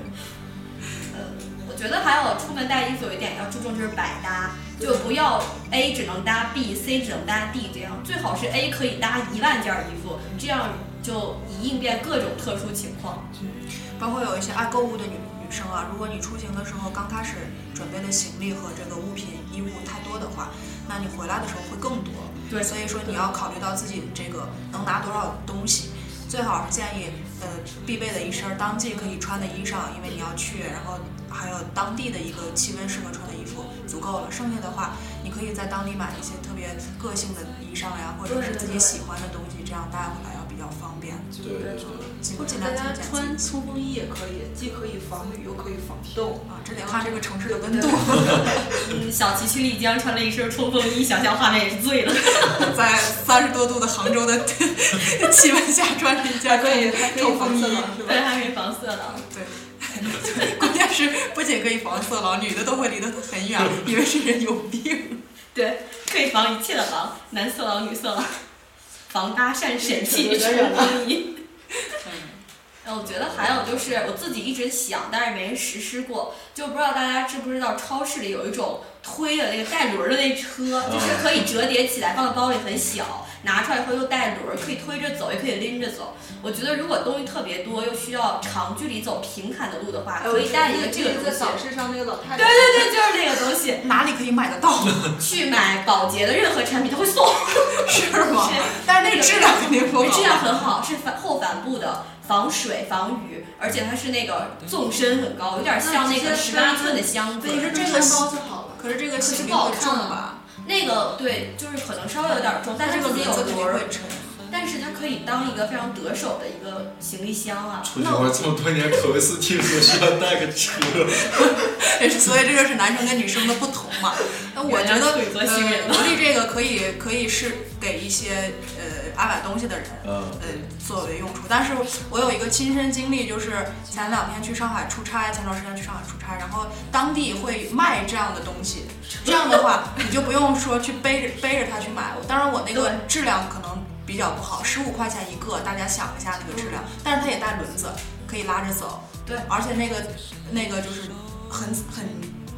[SPEAKER 3] 呃我觉得还有出门带衣服有一点要注重就是百搭，就不要 A 只能搭 B，C 只能搭 D 这样，最好是 A 可以搭一万件衣服，这样就以应变各种特殊情况。
[SPEAKER 4] 包括有一些爱购物的女女生啊，如果你出行的时候刚开始准备的行李和这个物品衣物太多的话，那你回来的时候会更多。
[SPEAKER 3] 对
[SPEAKER 4] 所以说你要考虑到自己这个能拿多少东西，最好是建议呃必备的一身当季可以穿的衣裳，因为你要去，然后还有当地的一个气温适合穿的衣服足够了。剩下的话，你可以在当地买一些特别个性的衣裳呀，或者是自己喜欢的东西，这样带回来要比较方便。
[SPEAKER 1] 对对对，
[SPEAKER 4] 尽
[SPEAKER 2] 或者
[SPEAKER 4] 尽
[SPEAKER 2] 大
[SPEAKER 4] 量
[SPEAKER 2] 家
[SPEAKER 4] 增加。
[SPEAKER 2] 穿冲锋衣也可以，既可以防雨又可以防冻。
[SPEAKER 4] 啊，这得看这个城市的 温度，
[SPEAKER 3] 嗯，小齐去丽江穿了一身冲锋衣，想象画面也是 醉了。
[SPEAKER 4] 在三十多度的杭州的气温下穿着一件冲锋衣，
[SPEAKER 2] 是吧
[SPEAKER 3] 对，？还可以防色狼。
[SPEAKER 4] 关键是不仅可以防色狼，女的都会离得很远，以为这人有病。
[SPEAKER 3] 对，可以防一切的狼，男色狼、女色狼，防搭讪、审计、
[SPEAKER 2] 有
[SPEAKER 3] 冲
[SPEAKER 2] 点远了
[SPEAKER 3] 锋衣。然呃后我觉得还有就是我自己一直想，但是没人实施过，就不知道大家知不知道，超市里有一种推的那个带轮儿的那车，就是可以折叠起来放在包里很小，拿出来以后又带轮儿，可以推着走，也可以拎着走。我觉得如果东西特别多，又需要长距离走平坦的路的
[SPEAKER 2] 哎
[SPEAKER 3] 话，可以带一个这个东
[SPEAKER 2] 在
[SPEAKER 3] 西。
[SPEAKER 2] 早市上那个老太
[SPEAKER 3] 对
[SPEAKER 2] 太，
[SPEAKER 3] 对对，就是那个东西，
[SPEAKER 4] 哪里可以买得到？
[SPEAKER 3] 去买保洁的任何产品都会送。
[SPEAKER 4] 是吗
[SPEAKER 3] 是？
[SPEAKER 4] 但是那个质量肯定不
[SPEAKER 3] 质
[SPEAKER 4] 好。
[SPEAKER 3] 量很好，是反后帆布的，防水防雨，而且它是那个纵深很高，有点像那个十八寸的箱子。
[SPEAKER 4] 可是这
[SPEAKER 2] 穿
[SPEAKER 4] 个
[SPEAKER 2] 包就好了。
[SPEAKER 4] 可是这个
[SPEAKER 3] 可是
[SPEAKER 4] 行李
[SPEAKER 3] 不好
[SPEAKER 4] 会
[SPEAKER 3] 看
[SPEAKER 4] 重
[SPEAKER 3] 啊
[SPEAKER 4] 吧？
[SPEAKER 3] 那个对，就是可能稍微有点重，但
[SPEAKER 4] 但
[SPEAKER 3] 是
[SPEAKER 4] 这个
[SPEAKER 3] 自己有
[SPEAKER 4] 轮子肯定
[SPEAKER 3] 轮儿，
[SPEAKER 4] 会沉。
[SPEAKER 3] 但是它可以当一个非常得手的一个行李箱啊。
[SPEAKER 1] 出去玩这么多年，头一次听说需要带个车。
[SPEAKER 4] 也是所以这就是男生跟女生的不同嘛。那我觉
[SPEAKER 3] 原
[SPEAKER 4] 得，
[SPEAKER 3] 来处女座
[SPEAKER 4] 呃
[SPEAKER 3] 新人，了
[SPEAKER 4] 萝莉这个可以可以是给一些呃爱买东西的人，
[SPEAKER 1] 嗯，
[SPEAKER 4] 呃作为用处。但是我有一个亲身经历，就是前两天去上海出差，前段时间去上海出差，然后当地会卖这样的东西。这样 的话，你就不用说去背着背着它去买。当然，我那个
[SPEAKER 3] 对
[SPEAKER 4] 质量可能比较不好，十五块钱一个，大家想一下那个质量。但是它也带轮子，可以拉着走。
[SPEAKER 3] 嗯对
[SPEAKER 4] 而且那个那个就是很很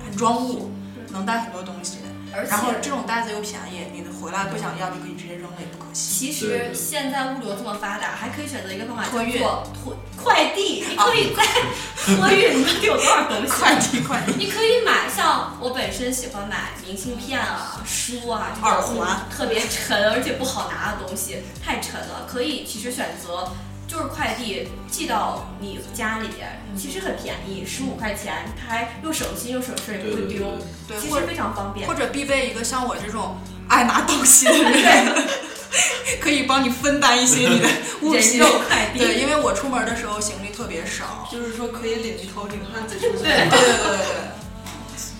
[SPEAKER 4] 很装物，能带很多东西。
[SPEAKER 3] 而且
[SPEAKER 4] 然后这种袋子又便宜，你回来不想要就可以直接扔了，也不可惜。
[SPEAKER 3] 其
[SPEAKER 1] 对
[SPEAKER 3] 实
[SPEAKER 1] 对
[SPEAKER 3] 现在物流这么发达，还可以选择一个方法，
[SPEAKER 4] 托运
[SPEAKER 3] 叫做托快递。你可以在 托运，你到底有多少东西？
[SPEAKER 4] 啊快递快递。
[SPEAKER 3] 你可以买，像我本身喜欢买明信片啊、书啊、这种
[SPEAKER 4] 耳环，
[SPEAKER 3] 特别沉而且不好拿的东西，太沉了。可以其实选择就是快递寄到你家里边，其实很便宜，
[SPEAKER 4] 嗯
[SPEAKER 3] 十五块钱，它还又省心又省事，也
[SPEAKER 1] 对
[SPEAKER 3] 不会
[SPEAKER 1] 对对
[SPEAKER 3] 丢，
[SPEAKER 1] 对。
[SPEAKER 4] 对，
[SPEAKER 3] 其
[SPEAKER 4] 或
[SPEAKER 3] 实非常方便
[SPEAKER 4] 或。者必备一个像我这种爱拿东西的人， 可以帮你分担一些你的物
[SPEAKER 3] 人
[SPEAKER 4] 品。
[SPEAKER 3] 肉快递，
[SPEAKER 4] 对，因为我出门的时候行李特别少。
[SPEAKER 2] 就是说可以领一头领汉子出去。
[SPEAKER 3] 对，
[SPEAKER 4] 对对对对对。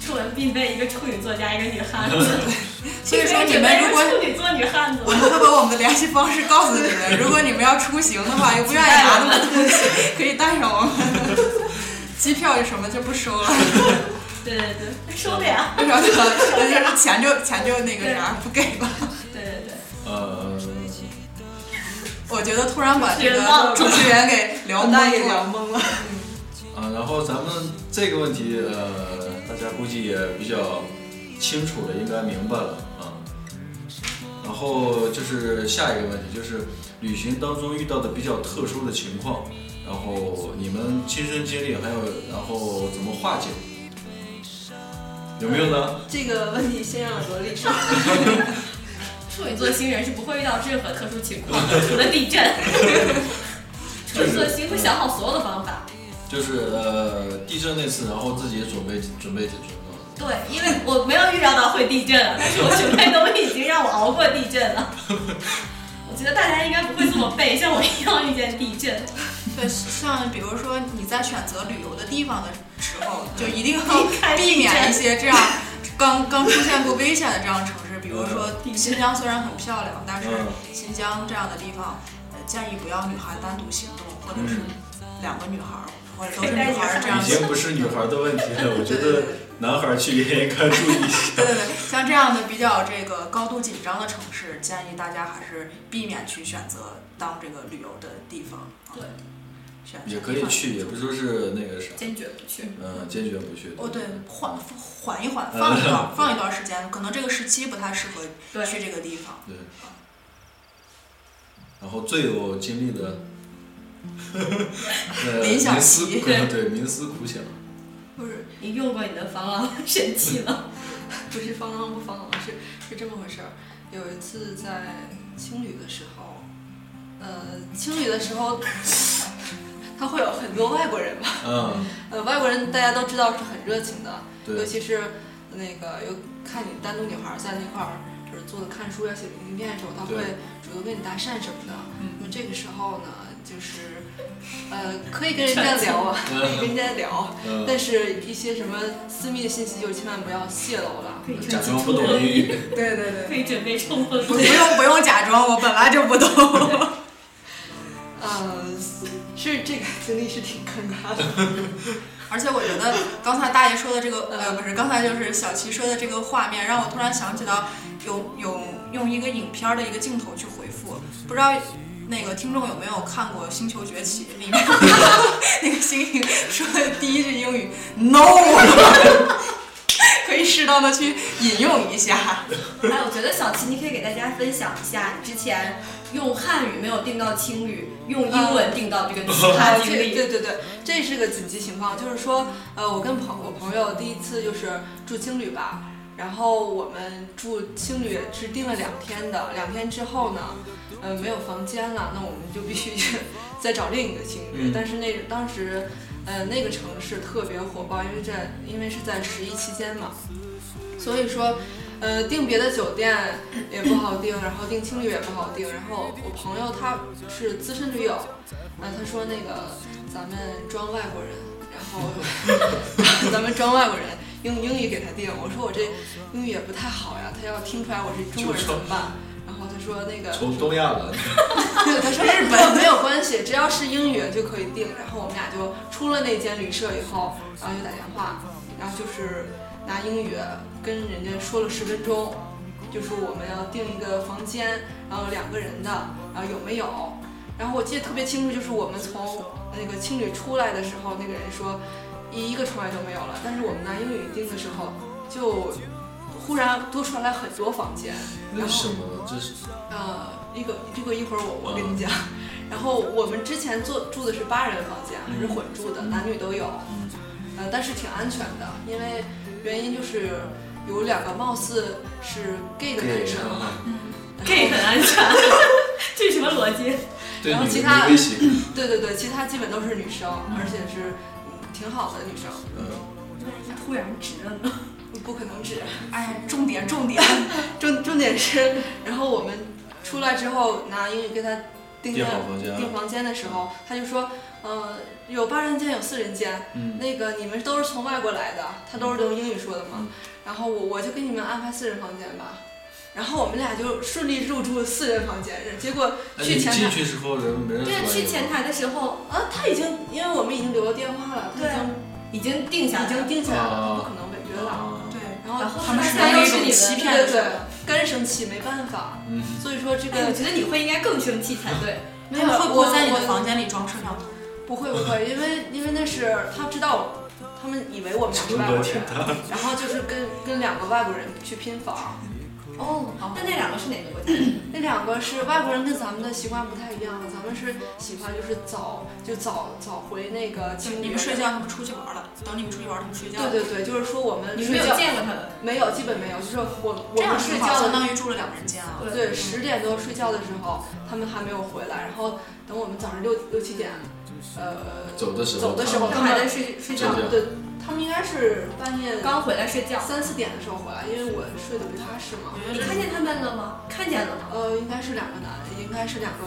[SPEAKER 3] 出门必备一个处女座加一个女汉子。
[SPEAKER 4] 所以说你们如果
[SPEAKER 3] 处女座女汉子
[SPEAKER 4] 我们会把我们的联系方式告诉你们，如果你们要出行的话，又不愿意拿那么多东西，可以带上我们。 机票什么就不收了，
[SPEAKER 3] 对对 对，收敛啊，
[SPEAKER 4] 为啥呢？就是钱就钱就那个啥不给了。
[SPEAKER 3] 对对对。
[SPEAKER 1] 呃，
[SPEAKER 4] 我觉得突然把这
[SPEAKER 3] 别忘
[SPEAKER 4] 个
[SPEAKER 3] 了
[SPEAKER 4] 主持人给聊
[SPEAKER 2] 我大爷
[SPEAKER 4] 懵
[SPEAKER 2] 聊
[SPEAKER 4] 了。
[SPEAKER 2] 懵了。
[SPEAKER 1] 啊，然后咱们这个问题，呃，大家估计也比较清楚了，应该明白了啊。然后就是下一个问题，就是旅行当中遇到的比较特殊的情况，然后你们亲身经历，还有然后怎么化解？有没有呢？
[SPEAKER 2] 这个问题先让萝莉说。
[SPEAKER 3] 处女座星人是不会遇到任何特殊情况的，除了 地震。处女座星会想好所有的方法。
[SPEAKER 1] 就是呃地震那次，然后自己准备准备解决吗？
[SPEAKER 3] 对，因为我没有预料到会地震啊，但是我准备都已经让我熬过地震了。 我觉得大家应该不会这么背，像我一样遇见地震。
[SPEAKER 4] 对，像比如说你在选择旅游的地方的时候，就一定
[SPEAKER 3] 避开
[SPEAKER 4] 要避
[SPEAKER 3] 地震
[SPEAKER 4] 免一些这样刚刚出现过危险的这样的城市，比如说
[SPEAKER 3] 地震
[SPEAKER 4] 新疆虽然很漂亮，但是
[SPEAKER 1] 嗯
[SPEAKER 4] 新疆这样的地方，呃，建议不要女孩单独行动，或者是
[SPEAKER 3] 嗯
[SPEAKER 4] 两个女孩儿，或者都是女孩儿这样
[SPEAKER 1] 已
[SPEAKER 4] 子
[SPEAKER 1] 经。不是女孩的问题了，我觉
[SPEAKER 4] 对对
[SPEAKER 1] 得
[SPEAKER 4] 对
[SPEAKER 1] 男孩去也应该注意一下。
[SPEAKER 4] 对对对，像这样的比较这个高度紧张的城市，建议大家还是避免去选择当这个旅游的地方。嗯
[SPEAKER 3] 对，
[SPEAKER 4] 选
[SPEAKER 1] 也可以去，也不说是那个啥，
[SPEAKER 3] 坚决不去。
[SPEAKER 1] 嗯，坚决不去。
[SPEAKER 4] 哦，对，缓缓一缓，放一段，放一段时间，可能这个时期不太适合
[SPEAKER 3] 对
[SPEAKER 4] 去这个地方。
[SPEAKER 1] 对。然后最有经历 的，呃
[SPEAKER 4] 林小
[SPEAKER 1] 冥思
[SPEAKER 4] 琪
[SPEAKER 1] 苦对冥思苦想，
[SPEAKER 2] 不是
[SPEAKER 3] 你用过你的防狼神器吗？
[SPEAKER 2] 不是防狼不防狼，是是这么回事儿。有一次在青旅的时候，呃，青旅的时候， 他会有很多外国人吧？
[SPEAKER 1] 嗯，
[SPEAKER 2] 呃，外国人大家都知道是很热情的，尤
[SPEAKER 1] 对，
[SPEAKER 2] 其是那个有看你单独女孩在那块儿就是坐着看书呀、写明信片的时候，她
[SPEAKER 1] 对
[SPEAKER 2] 会主动跟你搭讪什么的。
[SPEAKER 4] 嗯
[SPEAKER 2] 那么这个时候呢，就是呃，可以跟人家聊 啊，可以跟人家聊，
[SPEAKER 1] 嗯，
[SPEAKER 2] 但是一些什么私密的信息就千万不要泄露了。
[SPEAKER 3] 可以
[SPEAKER 1] 假
[SPEAKER 3] 准
[SPEAKER 1] 装
[SPEAKER 3] 备
[SPEAKER 1] 不懂英语，
[SPEAKER 4] 对对对
[SPEAKER 3] 可以准备冲锋
[SPEAKER 4] 不不用不用假装，我本来就不懂。
[SPEAKER 2] 呃，是这个经历是挺尴尬的。
[SPEAKER 4] 而且我觉得刚才大爷说的这个，呃，不是，刚才就是小齐说的这个画面，让我突然想起到有有用一个影片儿的一个镜头去回复，不知道那个听众有没有看过《星球崛起》里面那个猩猩说的第一句英语 “no”，可以适当的去引用一下。
[SPEAKER 3] 哎，我觉得小齐，你可以给大家分享一下你之前用汉语没有订到青旅，用英文订到这个 其他
[SPEAKER 2] 啊，
[SPEAKER 3] 经
[SPEAKER 2] 这
[SPEAKER 3] 历。
[SPEAKER 2] 对对对，这是个紧急情况，就是说，呃，我跟朋我朋友第一次就是住青旅吧，然后我们住青旅是订了两天的，两天之后呢，呃，没有房间了，那我们就必须再找另一个青旅，
[SPEAKER 1] 嗯
[SPEAKER 2] 但是那当时。呃，那个城市特别火爆，因为这因为是在十一期间嘛，所以说，呃，订别的酒店也不好订，然后订青旅也不好订。然后我朋友他是资深驴友，然后呃他说那个咱们装外国人，然后 咱们装外国人用英语给他订。我说我这英语也不太好呀，他要听出来我是中国人怎么办？然后他说那个
[SPEAKER 1] 从东亚来的，
[SPEAKER 2] 对，他说日本没有关系，只要是英语就可以定。然后我们俩就出了那间旅社以后，然后就打电话，然后就是拿英语跟人家说了十分钟，就说我们要订一个房间，然后两个人的，然后有没有？然后我记得特别清楚，就是我们从那个青旅出来的时候，那个人说一一个床位都没有了，但是我们拿英语订的时候，就忽然多出来很多房间。
[SPEAKER 1] 为什么？这是
[SPEAKER 2] 呃，一个这个一会儿我我跟你讲。
[SPEAKER 1] 嗯
[SPEAKER 2] 然后我们之前做住的是八人房间，还是混住
[SPEAKER 1] 嗯
[SPEAKER 2] 的，男女都有。呃，但是挺安全的，因为原因就是有两个貌似是 gay 的男
[SPEAKER 1] gay
[SPEAKER 2] 生，
[SPEAKER 1] 啊，
[SPEAKER 3] gay 很安全，这是什么逻辑？
[SPEAKER 1] 对
[SPEAKER 2] 然后
[SPEAKER 1] 女
[SPEAKER 2] 其他
[SPEAKER 1] 女威胁，
[SPEAKER 2] 对对对，其他基本都是女生，而且是嗯挺好的女生，
[SPEAKER 1] 嗯，
[SPEAKER 3] 突然直了呢？
[SPEAKER 2] 不可能只
[SPEAKER 4] 哎，重点重 点，
[SPEAKER 2] 重重点是，然后我们出来之后拿英语给他订
[SPEAKER 1] 订
[SPEAKER 2] 了
[SPEAKER 1] 好房间啊
[SPEAKER 2] 订
[SPEAKER 1] 了，
[SPEAKER 2] 房间的时候，他就说，呃，有八人间，有四人间，
[SPEAKER 1] 嗯
[SPEAKER 2] 那个你们都是从外国来的，他都是用英语说的嘛，
[SPEAKER 1] 嗯
[SPEAKER 2] 然后我我就给你们安排四人房间吧，然后我们俩就顺利入住四人房间，结果
[SPEAKER 1] 哎
[SPEAKER 2] 去
[SPEAKER 1] 你
[SPEAKER 2] 前
[SPEAKER 1] 进
[SPEAKER 2] 台，
[SPEAKER 1] 去之后人没人
[SPEAKER 3] 对，
[SPEAKER 1] 说
[SPEAKER 3] 去
[SPEAKER 1] 英语
[SPEAKER 3] 前台的时候
[SPEAKER 2] 啊，他已经因为我们已经留了电话了，他
[SPEAKER 3] 对
[SPEAKER 2] 已
[SPEAKER 3] 已经定下
[SPEAKER 2] 经已
[SPEAKER 3] 来
[SPEAKER 2] 经
[SPEAKER 3] 了，
[SPEAKER 2] 定下来了，
[SPEAKER 1] 啊
[SPEAKER 2] 不可能违约了，
[SPEAKER 1] 啊，
[SPEAKER 4] 对。
[SPEAKER 2] 然后
[SPEAKER 3] 然后
[SPEAKER 4] 他们
[SPEAKER 3] 大
[SPEAKER 4] 是
[SPEAKER 3] 家
[SPEAKER 4] 那
[SPEAKER 3] 又是
[SPEAKER 4] 种
[SPEAKER 3] 你
[SPEAKER 4] 欺
[SPEAKER 3] 的。
[SPEAKER 4] 骗的
[SPEAKER 2] 对
[SPEAKER 4] 手
[SPEAKER 2] 对
[SPEAKER 4] 段，
[SPEAKER 2] 干生气没办法，
[SPEAKER 1] 嗯，
[SPEAKER 2] 所以说这
[SPEAKER 3] 哎，
[SPEAKER 2] 个
[SPEAKER 3] 我觉得你会应该更生气才对。
[SPEAKER 2] 没
[SPEAKER 4] 他
[SPEAKER 2] 有
[SPEAKER 4] 们会不会在你
[SPEAKER 2] 我
[SPEAKER 4] 的房间里装摄像头？
[SPEAKER 2] 不会不会，因为因为那是他知道我，他们以为我们俩是
[SPEAKER 1] 成
[SPEAKER 2] 外国
[SPEAKER 1] 本挺
[SPEAKER 2] 人，
[SPEAKER 1] 大，
[SPEAKER 2] 然后就是跟跟两个外国人去拼房，
[SPEAKER 3] 哦，嗯那那两个是哪个国家？
[SPEAKER 2] 那两个是外国人跟咱们的习惯不太一样，咱们是喜欢就是早就早早回那个
[SPEAKER 4] 就
[SPEAKER 2] 青
[SPEAKER 4] 你
[SPEAKER 2] 旅
[SPEAKER 4] 们睡。觉，他们出去玩了。等你们出去玩，他们睡觉。
[SPEAKER 2] 对对对，就是说我们
[SPEAKER 3] 你们
[SPEAKER 2] 睡
[SPEAKER 3] 没有
[SPEAKER 2] 觉
[SPEAKER 3] 见过他们？
[SPEAKER 2] 没有，基本没有，就是我我
[SPEAKER 4] 这
[SPEAKER 2] 们
[SPEAKER 4] 样
[SPEAKER 2] 睡
[SPEAKER 4] 睡
[SPEAKER 2] 觉
[SPEAKER 4] 觉
[SPEAKER 2] 的
[SPEAKER 4] 相当于住了两人间啊。
[SPEAKER 2] 对，十点多睡觉的时候，他们还没有回来，然后等我们早上六六七点，呃，
[SPEAKER 1] 走的时候
[SPEAKER 2] 走的时候
[SPEAKER 1] 他
[SPEAKER 2] 他
[SPEAKER 3] 刚还在
[SPEAKER 2] 们
[SPEAKER 3] 睡睡
[SPEAKER 1] 这
[SPEAKER 3] 觉，
[SPEAKER 1] 样
[SPEAKER 2] 对，他们应该是半夜
[SPEAKER 3] 刚回来睡觉。
[SPEAKER 2] 三四点的时候回来，因为我睡得不踏实嘛。
[SPEAKER 4] 我
[SPEAKER 3] 你
[SPEAKER 4] 觉得
[SPEAKER 3] 看见他们了吗？看见了吗？
[SPEAKER 2] 呃，应该是两个男，应该是两个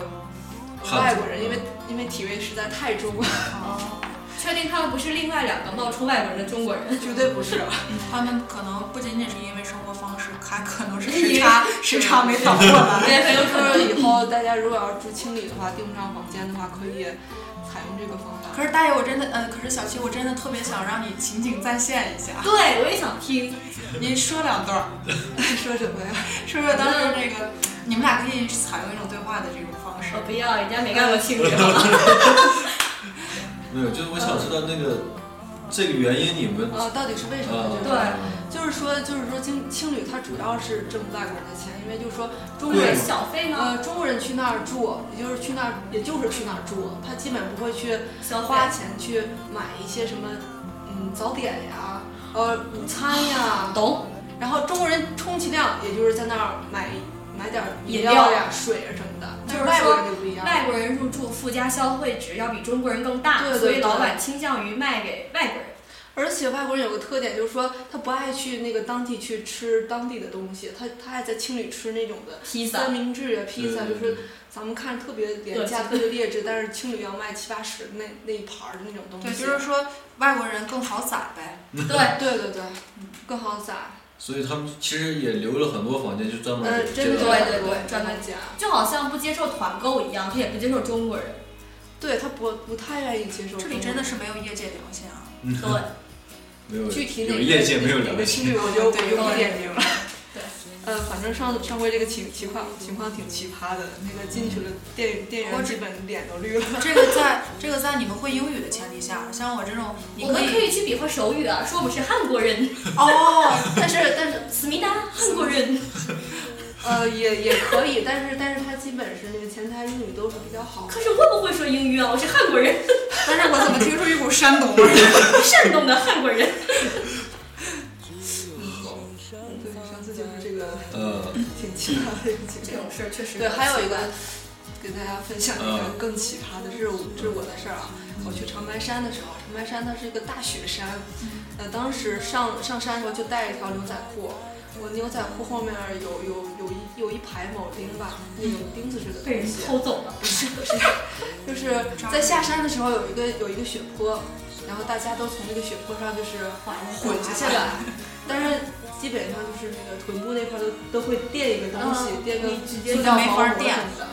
[SPEAKER 1] 汉子
[SPEAKER 2] 外国人，因为因为体味实在太重了，
[SPEAKER 3] 哦，确定他们不是另外两个冒充外国人的中国 人？
[SPEAKER 2] 绝对不是。
[SPEAKER 4] 他们可能不仅仅是因为生活方式，还可能是
[SPEAKER 3] 因为
[SPEAKER 4] 时差时差没 倒过来。
[SPEAKER 2] 对，所以说以后大家如果要住青旅的话，订不上房间的话，可以采用这个方法。
[SPEAKER 4] 可是大爷，我真的，呃，可是小七，我真的特别想让你情景再现一下，
[SPEAKER 3] 对，我也想 听。
[SPEAKER 4] 你说两段儿，
[SPEAKER 2] 说什么呀？
[SPEAKER 4] 说说当时那个，你们
[SPEAKER 2] 哦
[SPEAKER 3] 哦
[SPEAKER 4] 俩可以采用一种对话的这种方式。
[SPEAKER 3] 我不要，人家没干过青旅。
[SPEAKER 1] 没有，就是我想知道那个这个原因，你们
[SPEAKER 2] 呃，到底是为什么？
[SPEAKER 1] 呃
[SPEAKER 2] 这个就是说，就是说青青旅它主要是挣外国人的钱，因为就是说中国
[SPEAKER 3] 对
[SPEAKER 2] 人
[SPEAKER 3] 小费呢，
[SPEAKER 2] 呃中国人去那儿住，也就是去那儿，也就是去那儿住，他基本不会去
[SPEAKER 3] 消
[SPEAKER 2] 花
[SPEAKER 3] 费
[SPEAKER 2] 钱去买一些什么嗯早点呀，呃午餐呀，
[SPEAKER 3] 懂？
[SPEAKER 2] 然后中国人充其量也就是在那儿买买点儿饮
[SPEAKER 3] 饮
[SPEAKER 2] 料
[SPEAKER 3] 料
[SPEAKER 2] 呀、水啊什么的，
[SPEAKER 3] 就
[SPEAKER 2] 但
[SPEAKER 3] 是
[SPEAKER 2] 是外国
[SPEAKER 3] 说
[SPEAKER 2] 人就不一样。
[SPEAKER 3] 外国人入住附加消费值要比中国人更大，
[SPEAKER 2] 对对
[SPEAKER 3] 所以
[SPEAKER 2] 对
[SPEAKER 3] 老板倾向于卖给外国人。
[SPEAKER 2] 而且外国人有个特点，就是说他不爱去那个当地去吃当地的东西，他他爱在青旅吃那种的
[SPEAKER 3] 披萨
[SPEAKER 2] 三明治啊、披萨，
[SPEAKER 1] 对
[SPEAKER 2] 就
[SPEAKER 1] 对对
[SPEAKER 2] 是咱们看着特别廉
[SPEAKER 3] 对
[SPEAKER 2] 价、特别劣质，但是青旅要卖七八十那那一盘儿的那种东西。
[SPEAKER 4] 对，就是说外国人更好攒呗。
[SPEAKER 1] 嗯
[SPEAKER 3] 对，
[SPEAKER 2] 对对对，更好攒。
[SPEAKER 1] 所以他们其实也留了很多房间，就专门
[SPEAKER 2] 呃
[SPEAKER 1] 给，嗯这
[SPEAKER 2] 真的
[SPEAKER 1] 个
[SPEAKER 3] 对对对
[SPEAKER 2] 专门讲，
[SPEAKER 3] 就好像不接受团购一样，他也不接受中国人。
[SPEAKER 2] 对他不不太愿意接受。
[SPEAKER 4] 这里真的是没有业界良心啊！
[SPEAKER 1] 嗯
[SPEAKER 3] 对，
[SPEAKER 1] 没有
[SPEAKER 2] 具体哪
[SPEAKER 1] 有
[SPEAKER 2] 个
[SPEAKER 1] 业界没有
[SPEAKER 2] 哪
[SPEAKER 1] 了
[SPEAKER 2] 个
[SPEAKER 1] 解。
[SPEAKER 2] 青旅，我就我
[SPEAKER 4] 对
[SPEAKER 2] 就不
[SPEAKER 3] 对
[SPEAKER 2] 点名了。
[SPEAKER 3] 对，
[SPEAKER 2] 呃，反正上上回这个情情况情况挺奇葩的，那个进去了，店店
[SPEAKER 4] 我
[SPEAKER 2] 员
[SPEAKER 4] 只
[SPEAKER 2] 基本脸都绿了。
[SPEAKER 4] 这个在这个在你们会英语的前提下，像我这种，你
[SPEAKER 3] 我
[SPEAKER 4] 可
[SPEAKER 3] 们可
[SPEAKER 4] 以
[SPEAKER 3] 以去比划手语啊，说我们是韩国人，
[SPEAKER 4] 哦，
[SPEAKER 3] 但是但是 思密达韩国人。
[SPEAKER 2] 呃，也也可以，但是但是他基本是那个前台英语都是比较好的。
[SPEAKER 3] 可是我不会说英语啊，我是韩国人，
[SPEAKER 4] 但是我怎么听出一股山东味儿？
[SPEAKER 3] 山东的韩国人。
[SPEAKER 2] 对，上次就是这个
[SPEAKER 1] 呃，
[SPEAKER 2] 挺奇葩的一个情
[SPEAKER 3] 这
[SPEAKER 2] 况
[SPEAKER 3] 种。事儿确实
[SPEAKER 2] 对，还有一个
[SPEAKER 3] 很奇
[SPEAKER 2] 给大家分享一
[SPEAKER 3] 嗯
[SPEAKER 2] 个更奇葩的，这是我这是我的事儿啊。我去长白山的时候，长白山它是一个大雪山，
[SPEAKER 3] 嗯
[SPEAKER 2] 呃，当时上上山的时候就带一条牛仔裤，我牛仔裤后面有有有一有一排铆钉吧，那种钉子似的
[SPEAKER 3] 怪
[SPEAKER 2] 东
[SPEAKER 3] 被人
[SPEAKER 2] 西。
[SPEAKER 3] 偷走了。
[SPEAKER 2] 不是不是，就是在下山的时候有一个有一个雪坡，然后大家都从那个雪坡上就是
[SPEAKER 3] 滚
[SPEAKER 2] 滚下来，但是基本上就是那个臀部那块都都会垫一个东西，
[SPEAKER 3] 嗯
[SPEAKER 2] 垫个
[SPEAKER 3] 你直接
[SPEAKER 2] 塑料
[SPEAKER 4] 就没
[SPEAKER 2] 包
[SPEAKER 4] 法
[SPEAKER 2] 裹
[SPEAKER 4] 垫
[SPEAKER 2] 什么的。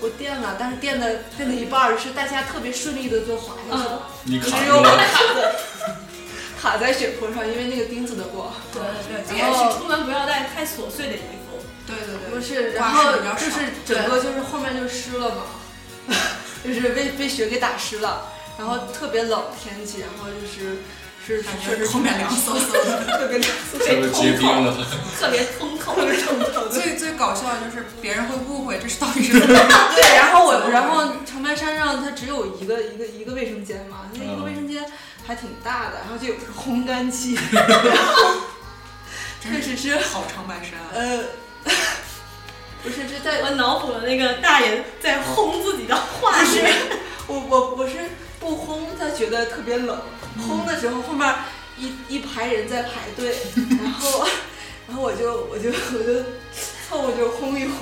[SPEAKER 2] 我垫了，但是垫的垫的一半儿是大家特别顺利的就滑下去了，
[SPEAKER 1] 你卡
[SPEAKER 2] 只有
[SPEAKER 1] 住
[SPEAKER 2] 我
[SPEAKER 1] 了，
[SPEAKER 2] 卡在卡在雪坡上，因为那个钉子的过。
[SPEAKER 3] 对对对，这
[SPEAKER 2] 然
[SPEAKER 3] 也
[SPEAKER 2] 后
[SPEAKER 3] 是出门不要带太琐碎的衣服。
[SPEAKER 4] 对对对，
[SPEAKER 2] 不是，然
[SPEAKER 4] 挂
[SPEAKER 2] 后
[SPEAKER 4] 饰比较
[SPEAKER 2] 就
[SPEAKER 4] 少
[SPEAKER 2] 是整个就是后面就湿了嘛， 就是被被雪给打湿了，然后特别冷天气，然后就是是
[SPEAKER 4] 感
[SPEAKER 2] 确
[SPEAKER 4] 觉
[SPEAKER 2] 实
[SPEAKER 4] 后面凉飕飕 的。
[SPEAKER 2] 特 别凉，
[SPEAKER 1] 是不是结冰了？
[SPEAKER 3] 特别通透，
[SPEAKER 2] 特别疼的。
[SPEAKER 4] 最最搞笑的就是别人会误会这是到底 是怎么回事
[SPEAKER 2] 对，然后我然后长白山上它只有一个一个一个卫生间嘛，那一个卫生间还挺大的，然后就有这个烘干机，确实 是
[SPEAKER 4] 好长白山，啊
[SPEAKER 2] 呃， 不是这在
[SPEAKER 3] 我脑补了那个大爷在轰自己的画面。
[SPEAKER 2] 我我我是不烘，他觉得特别冷，烘的时候后面一一排人在排队，然后然后我就我就我就凑合就烘一烘，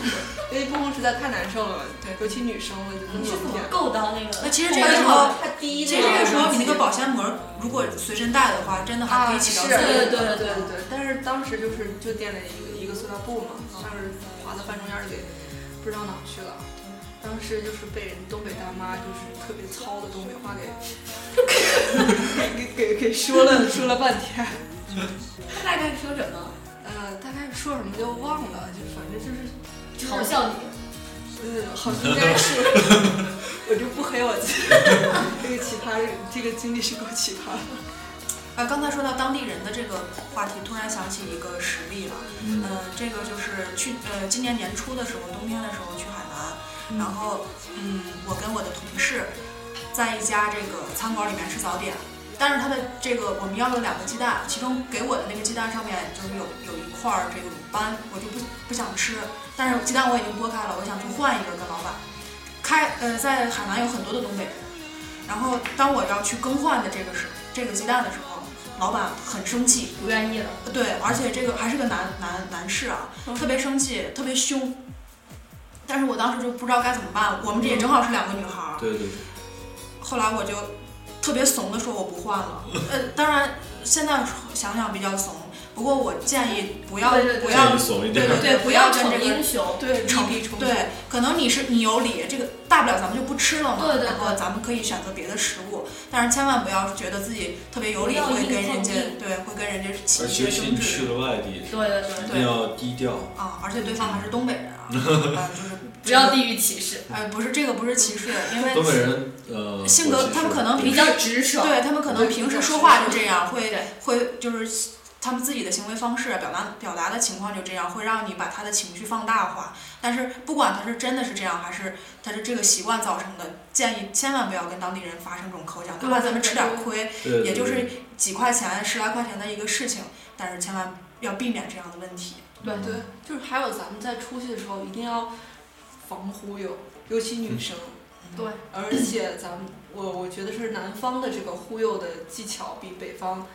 [SPEAKER 2] 因为不烘实在太难受了，
[SPEAKER 4] 对
[SPEAKER 2] 尤其女生了，就
[SPEAKER 3] 你
[SPEAKER 2] 是
[SPEAKER 3] 是怎
[SPEAKER 2] 冷
[SPEAKER 3] 么
[SPEAKER 2] 天。
[SPEAKER 3] 够到那个？
[SPEAKER 4] 那其实这
[SPEAKER 2] 这个
[SPEAKER 4] 个
[SPEAKER 2] 时
[SPEAKER 4] 时
[SPEAKER 2] 候
[SPEAKER 4] 候，
[SPEAKER 2] 它第一
[SPEAKER 4] 其实这个时候你那个保鲜膜如果随身带的话，真的还
[SPEAKER 2] 啊
[SPEAKER 4] 可以起
[SPEAKER 2] 是
[SPEAKER 4] 到，
[SPEAKER 2] 对对
[SPEAKER 4] 作用。
[SPEAKER 2] 对对对对，但是当时就是就垫了一个一个塑料布嘛，当时滑到半中间儿给不知道哪儿去了。当时就是被人东北大妈就是特别糙的东北话给 给给给说了说了半天，
[SPEAKER 3] 他大概说什么？
[SPEAKER 2] 呃，大概说什么就忘了，就反正就是
[SPEAKER 3] 嘲，笑你。
[SPEAKER 2] 就是嗯，好像应该是，我就不黑我自己， 这个奇葩，这个经历是够奇葩的。
[SPEAKER 4] 啊，刚才说到当地人的这个话题，突然想起一个实例了。嗯、这个就是去呃今年年初的时候，冬天的时候去海南，然后嗯，我跟我的同事在一家这个餐馆里面吃早点，但是它的这个我们要了两个鸡蛋，其中给我的那个鸡蛋上面就是有有一块儿这个鲁斑，我就不不想吃，但是鸡蛋我已经剥开了，我想去换一个跟老板。开呃，在海南有很多的东北人，然后当我要去更换的这个时这个鸡蛋的时候，老板很生气，呃
[SPEAKER 3] 不愿意了，
[SPEAKER 4] 对，而且这个还是个男男男士啊，特别生气，特别凶。但是我当时就不知道该怎么办，我们这也正好是两个女孩儿。
[SPEAKER 1] 对对，
[SPEAKER 4] 后来我就特别怂的说我不 换了，呃，当然现在想想比较怂，不过我建议不要
[SPEAKER 3] 对对对
[SPEAKER 4] 不要
[SPEAKER 1] 建议怂一点
[SPEAKER 4] 对。对对，不要跟这
[SPEAKER 3] 逞
[SPEAKER 4] 个
[SPEAKER 3] 英雄。
[SPEAKER 2] 对，
[SPEAKER 4] 成
[SPEAKER 2] 立冲突。
[SPEAKER 4] 对，可能你是你有理，这个大不了咱们就不吃了嘛。
[SPEAKER 3] 对对对
[SPEAKER 4] 然后咱们可以选择别的食物，但是千万不要觉得自己特别有理，
[SPEAKER 3] 不要
[SPEAKER 4] 会
[SPEAKER 3] 硬
[SPEAKER 4] 跟人
[SPEAKER 3] 碰
[SPEAKER 4] 家
[SPEAKER 3] 硬
[SPEAKER 4] 对，会跟人家起
[SPEAKER 1] 而
[SPEAKER 4] 一
[SPEAKER 1] 且尤
[SPEAKER 4] 些
[SPEAKER 1] 其
[SPEAKER 4] 争
[SPEAKER 1] 你去
[SPEAKER 4] 执
[SPEAKER 1] 了外地，
[SPEAKER 3] 对对对
[SPEAKER 1] 一定要低调。
[SPEAKER 4] 啊。而且对方还是东北人啊，嗯，就是
[SPEAKER 3] 不要地域歧视，
[SPEAKER 4] 呃，不是这个不是歧视，因为
[SPEAKER 1] 东北人呃
[SPEAKER 4] 性格
[SPEAKER 1] 我其实
[SPEAKER 4] 他们可能
[SPEAKER 1] 对
[SPEAKER 3] 比较直爽。
[SPEAKER 4] 对他们可能平时说话就这样，会
[SPEAKER 3] 对
[SPEAKER 4] 会就是他们自己的行为方式、啊表达表达的情况就这样，会让你把他的情绪放大化。但是不管他是真的是这样，还是他是这个习惯造成的，建议千万不要跟当地人发生这种口角，哪怕咱们吃点亏，
[SPEAKER 1] 对
[SPEAKER 4] 也就
[SPEAKER 1] 对
[SPEAKER 4] 是几块钱、十来块钱的一个事情，但是千万要避免这样的问题。
[SPEAKER 2] 对对，就是还有咱们在出去的时候一定要防忽悠，尤其女生。
[SPEAKER 3] 对，
[SPEAKER 2] 而且咱们我我觉得是南方的这个忽悠的技巧比北方，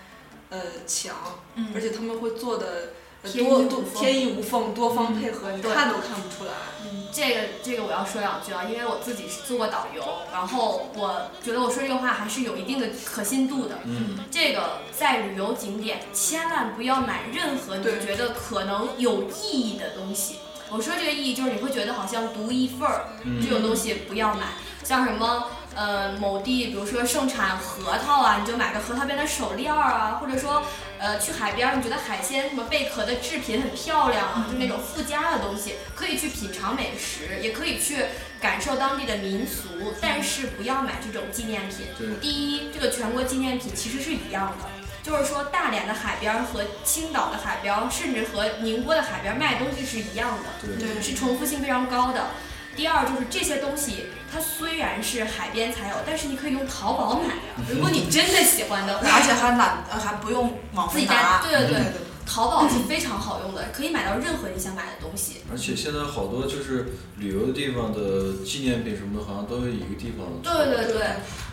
[SPEAKER 2] 呃强，
[SPEAKER 4] 嗯
[SPEAKER 2] 而且他们会做的呃
[SPEAKER 3] 天衣
[SPEAKER 2] 多
[SPEAKER 3] 无
[SPEAKER 2] 多
[SPEAKER 3] 缝
[SPEAKER 2] 天衣无缝，嗯多方配合，你
[SPEAKER 3] 对
[SPEAKER 2] 看都看不出来。
[SPEAKER 3] 嗯，这个这个我要说两句啊，因为我自己是做过导游，然后我觉得我说这个话还是有一定的可信度的。
[SPEAKER 1] 嗯，
[SPEAKER 3] 这个在旅游景点千万不要买任何你
[SPEAKER 2] 对
[SPEAKER 3] 觉得可能有意义的东西。我说这个意义就是你会觉得好像独一份儿，
[SPEAKER 1] 嗯
[SPEAKER 3] 这种东西不要买，像什么。呃，某地比如说盛产核桃啊，你就买个核桃边的手链儿啊，或者说，呃，去海边儿你觉得海鲜什么贝壳的制品很漂亮啊，就那种附加的东西，可以去品尝美食，也可以去感受当地的民俗，但是不要买这种纪念品。
[SPEAKER 1] 对
[SPEAKER 3] 第一，这个全国纪念品其实是一样的，就是说大连的海边儿和青岛的海边儿，甚至和宁波的海边儿卖东西是一样的，
[SPEAKER 1] 对
[SPEAKER 4] 对
[SPEAKER 3] 是重复性非常高的。第二就是这些东西，它虽然是海边才有，但是你可以用淘宝买呀。如果你真的喜欢的话，
[SPEAKER 4] 而且还懒，呃还不用往
[SPEAKER 3] 自
[SPEAKER 4] 回
[SPEAKER 3] 己家
[SPEAKER 4] 拿。嗯
[SPEAKER 3] 对对对，淘宝是非常好用的，可以买到任何你想买的东西。
[SPEAKER 1] 而且现在好多就是旅游地方的纪念品什么的，好像都是一个地方
[SPEAKER 3] 对对对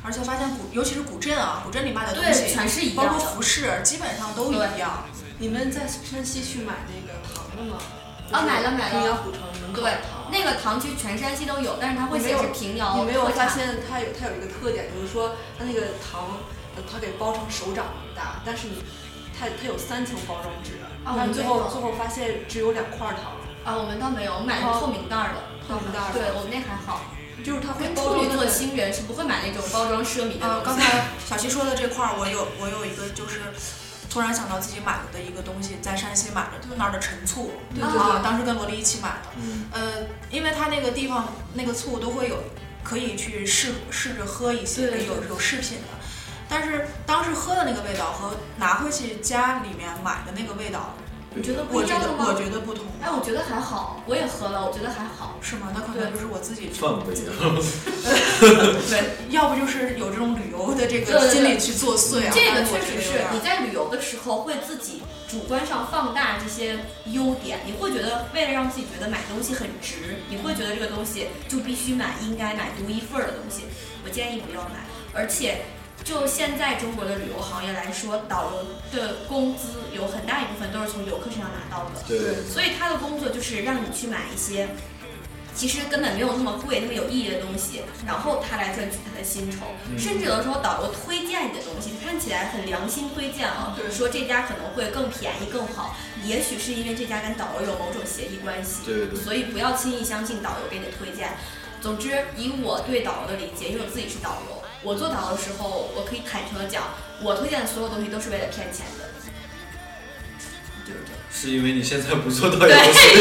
[SPEAKER 4] 而且发现古，尤其是古镇啊，古镇里卖的东
[SPEAKER 3] 对，
[SPEAKER 4] 西，
[SPEAKER 3] 全是一
[SPEAKER 4] 包
[SPEAKER 3] 样
[SPEAKER 4] 括
[SPEAKER 3] 的。
[SPEAKER 4] 服饰，基本上都一
[SPEAKER 3] 对
[SPEAKER 4] 样。
[SPEAKER 2] 你们在山西去买那个糖了吗？
[SPEAKER 3] 啊买了买了
[SPEAKER 2] 平遥古城门口
[SPEAKER 3] 对
[SPEAKER 2] 的糖。
[SPEAKER 3] 那个糖其实全山西都有，但是它会
[SPEAKER 2] 你没
[SPEAKER 3] 显示
[SPEAKER 2] 有
[SPEAKER 3] 平遥
[SPEAKER 2] 你没有
[SPEAKER 3] 特
[SPEAKER 2] 发
[SPEAKER 3] 产
[SPEAKER 2] 现它有它有一个特点，就是说它那个糖，呃它给包成手掌那么大，但是你它它有三层包装纸，
[SPEAKER 3] 啊
[SPEAKER 2] 但
[SPEAKER 3] 我
[SPEAKER 2] 最
[SPEAKER 3] 没
[SPEAKER 2] 后
[SPEAKER 3] 有
[SPEAKER 2] 最后发现只有两块糖，
[SPEAKER 3] 啊，我们倒没有，我们买的
[SPEAKER 4] 哦
[SPEAKER 3] 是透明袋儿的。
[SPEAKER 2] 透明袋儿
[SPEAKER 4] 啊
[SPEAKER 2] 的
[SPEAKER 3] 对我们那还好，
[SPEAKER 2] 就是它会
[SPEAKER 3] 跟
[SPEAKER 2] 包
[SPEAKER 3] 处
[SPEAKER 2] 装
[SPEAKER 3] 女
[SPEAKER 2] 得
[SPEAKER 3] 座
[SPEAKER 2] 很
[SPEAKER 3] 星人是不会买那种包装奢靡的，
[SPEAKER 4] 呃
[SPEAKER 3] 东
[SPEAKER 4] 刚
[SPEAKER 3] 西。
[SPEAKER 4] 才小七说的这块儿，我有我有一个就是。突然想到自己买的一个东西，在山西买的，就是那儿的陈醋，
[SPEAKER 2] 对
[SPEAKER 4] 啊
[SPEAKER 2] 对对
[SPEAKER 4] 当时跟萝莉一起买的。
[SPEAKER 1] 嗯
[SPEAKER 4] 呃，因为它那个地方那个醋都会有可以去试试着喝一些，
[SPEAKER 2] 对
[SPEAKER 4] 有有饰品的。但是当时喝的那个味道和拿回去家里面买的那个味道，
[SPEAKER 3] 你觉得不
[SPEAKER 4] 我
[SPEAKER 3] 一
[SPEAKER 4] 觉
[SPEAKER 3] 样
[SPEAKER 4] 得
[SPEAKER 3] 的
[SPEAKER 4] 我
[SPEAKER 3] 吗？
[SPEAKER 4] 觉得不同，
[SPEAKER 3] 哎，我觉得还好，我也喝了，我觉得还好。
[SPEAKER 4] 是吗？那可能就是我自己，
[SPEAKER 1] 饭不一样。
[SPEAKER 3] 对，
[SPEAKER 4] 要不就是有这种旅游的这
[SPEAKER 3] 对对
[SPEAKER 4] 个
[SPEAKER 3] 对
[SPEAKER 4] 心理去作祟啊。
[SPEAKER 3] 这
[SPEAKER 4] 但
[SPEAKER 3] 个
[SPEAKER 4] 我
[SPEAKER 3] 确
[SPEAKER 4] 觉
[SPEAKER 3] 实是
[SPEAKER 4] 得有点儿
[SPEAKER 3] 你在旅游的时候会自己主观上放大这些优点，你会觉得为了让自己觉得买东西很值，你会觉得这个东西就必须买，应该买独一份儿的东西。我建议不要买，而且。就现在中国的旅游行业来说，导游的工资有很大一部分都是从游客身上拿到的。
[SPEAKER 1] 对，
[SPEAKER 3] 所以他的工作就是让你去买一些其实根本没有那么贵、那么有意义的东西，然后他来赚取他的薪酬。
[SPEAKER 1] 嗯
[SPEAKER 3] 甚至有的时候导游推荐你的东西，看起来很良心推荐啊，
[SPEAKER 2] 对
[SPEAKER 3] 说这家可能会更便宜、更好，也许是因为这家跟导游有某种协议关系，
[SPEAKER 1] 对对
[SPEAKER 3] 所以不要轻易相信导游给你的推荐。总之，以我对导游的理解，因为我自己是导游，我做导游的时候，我可以坦诚的讲，我推荐的所有东西都是为了骗钱的，就是这样。
[SPEAKER 1] 是因为你现在不做导游，所
[SPEAKER 3] 对，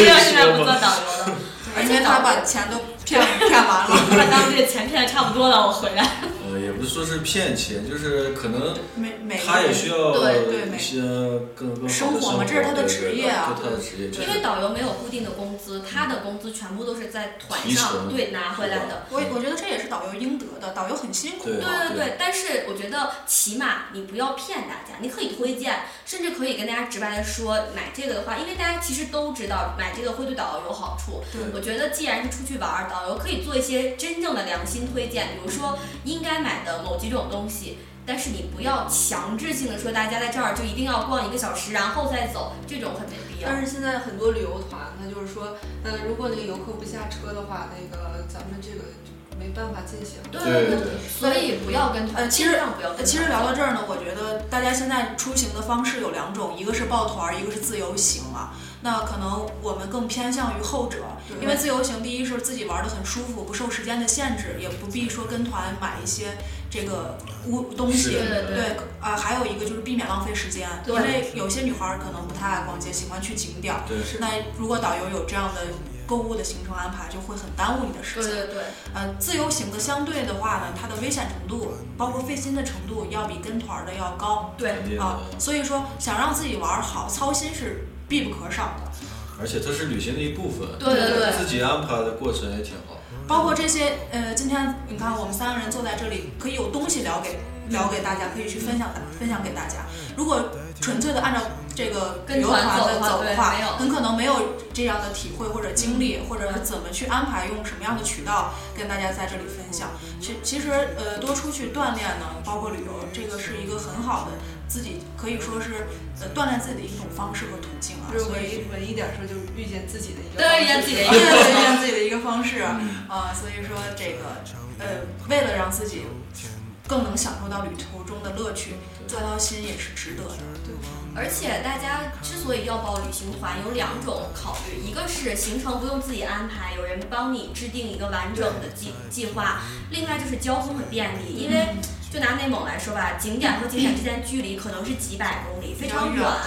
[SPEAKER 1] 以
[SPEAKER 3] 因为现在不
[SPEAKER 1] 说
[SPEAKER 3] 做
[SPEAKER 1] 嘛。
[SPEAKER 3] 导游了，而
[SPEAKER 4] 因为
[SPEAKER 3] 且
[SPEAKER 4] 他
[SPEAKER 3] 导
[SPEAKER 4] 把
[SPEAKER 3] 游
[SPEAKER 4] 钱都骗 骗完了，
[SPEAKER 3] 把当地的钱骗的差不多了，我回来。
[SPEAKER 1] 呃，也不是说是骗钱，就是可能
[SPEAKER 4] 每每
[SPEAKER 1] 他也需要
[SPEAKER 3] 对
[SPEAKER 4] 对每
[SPEAKER 1] 一些更更好的
[SPEAKER 4] 生活
[SPEAKER 1] 活
[SPEAKER 4] 嘛这是他的
[SPEAKER 1] 对
[SPEAKER 4] 职
[SPEAKER 1] 对
[SPEAKER 4] 业啊
[SPEAKER 1] 对他的职业，
[SPEAKER 3] 因为导游没有固定的工资，他的工资全部都是在团
[SPEAKER 1] 提
[SPEAKER 3] 上
[SPEAKER 1] 成
[SPEAKER 3] 对拿回来
[SPEAKER 1] 是
[SPEAKER 3] 的。
[SPEAKER 4] 我我觉得这也是导游应得的，导游很辛苦。
[SPEAKER 1] 对
[SPEAKER 3] 对对对，但是我觉得起码你不要骗大家，你可以推荐，甚至可以跟大家直白的说买这个的话，因为大家其实都知道买这个会对导游有好处。
[SPEAKER 1] 对
[SPEAKER 3] 我觉得既然是出去玩儿，导游可以做一些真正的良心推荐，比如说应该买的某几种东西。但是你不要强制性的说大家在这儿就一定要逛一个小时，然后再走，这种很没必要。
[SPEAKER 2] 但是现在很多旅游团，他就是说，呃，如果那个游客不下车的话，那个咱们这个就没办法进行。
[SPEAKER 3] 对
[SPEAKER 1] 对
[SPEAKER 3] 对，所以不要跟团，
[SPEAKER 4] 呃其实
[SPEAKER 3] 尽量不要跟
[SPEAKER 4] 呃
[SPEAKER 3] 团。
[SPEAKER 4] 其实聊到这儿呢，我觉得大家现在出行的方式有两种，一个是抱团儿，一个是自由行啊。那可能我们更偏向于后者，
[SPEAKER 2] 对
[SPEAKER 4] 因为自由行第一是自己玩的很舒服，不受时间的限制，也不必说跟团买一些这个物东
[SPEAKER 1] 是
[SPEAKER 4] 西
[SPEAKER 1] 的。
[SPEAKER 3] 对对
[SPEAKER 4] 对，啊、还有一个就是避免浪费时间，因
[SPEAKER 3] 对
[SPEAKER 4] 为有些女孩儿可能不太爱逛街，喜欢去景点儿。
[SPEAKER 1] 对
[SPEAKER 4] 那如果导游有这样的购物的行程安排，就会很耽误你的时
[SPEAKER 3] 对
[SPEAKER 4] 间。
[SPEAKER 3] 对对，
[SPEAKER 4] 呃，自由行的相对的话呢，它的危险程度，包括费心的程度，要比跟团儿的要高
[SPEAKER 3] 对，
[SPEAKER 1] 肯定
[SPEAKER 4] 啊
[SPEAKER 1] 的。。
[SPEAKER 4] 所以说，想让自己玩儿好，操心是必不可少的。
[SPEAKER 1] 而且它是旅行的一部分，
[SPEAKER 3] 对对对
[SPEAKER 1] 自己安排的过程也挺好。
[SPEAKER 4] 包括这些，呃，今天你看我们三个人坐在这里，可以有东西聊给聊给大家，可以去分享的分享给大家。如果纯粹的按照这个
[SPEAKER 3] 嗯跟
[SPEAKER 4] 旅游
[SPEAKER 3] 团
[SPEAKER 4] 团
[SPEAKER 3] 走
[SPEAKER 4] 的
[SPEAKER 3] 的话
[SPEAKER 4] 走的
[SPEAKER 3] 对
[SPEAKER 4] 话
[SPEAKER 3] 没有，
[SPEAKER 4] 很可能没有这样的体会或者经历，或者是怎么去安排，用什么样的渠道跟大家在这里分享。其其实，呃，多出去锻炼呢，包括旅游，这个是一个很好的自己可以说是呃锻炼自己的一种方式和途径啊。
[SPEAKER 2] 就是
[SPEAKER 4] 所
[SPEAKER 2] 文
[SPEAKER 4] 以
[SPEAKER 2] 艺文艺点说，就是遇见自己的一个
[SPEAKER 3] 对，演自己的
[SPEAKER 4] 锻
[SPEAKER 3] 意思
[SPEAKER 4] 炼自己的一个方式啊、
[SPEAKER 3] 嗯
[SPEAKER 4] 所以说这个呃，为了让自己更能享受到旅途中的乐趣，操操心也是值得的。
[SPEAKER 3] 而且大家之所以要报旅行团，有两种考虑，一个是行程不用自己安排，有人帮你制定一个完整的计计划；另外就是交通很便利，因为就拿内蒙来说吧，景点和景点之间距离可能是几百公里，非常
[SPEAKER 4] 比
[SPEAKER 3] 远
[SPEAKER 4] 较远。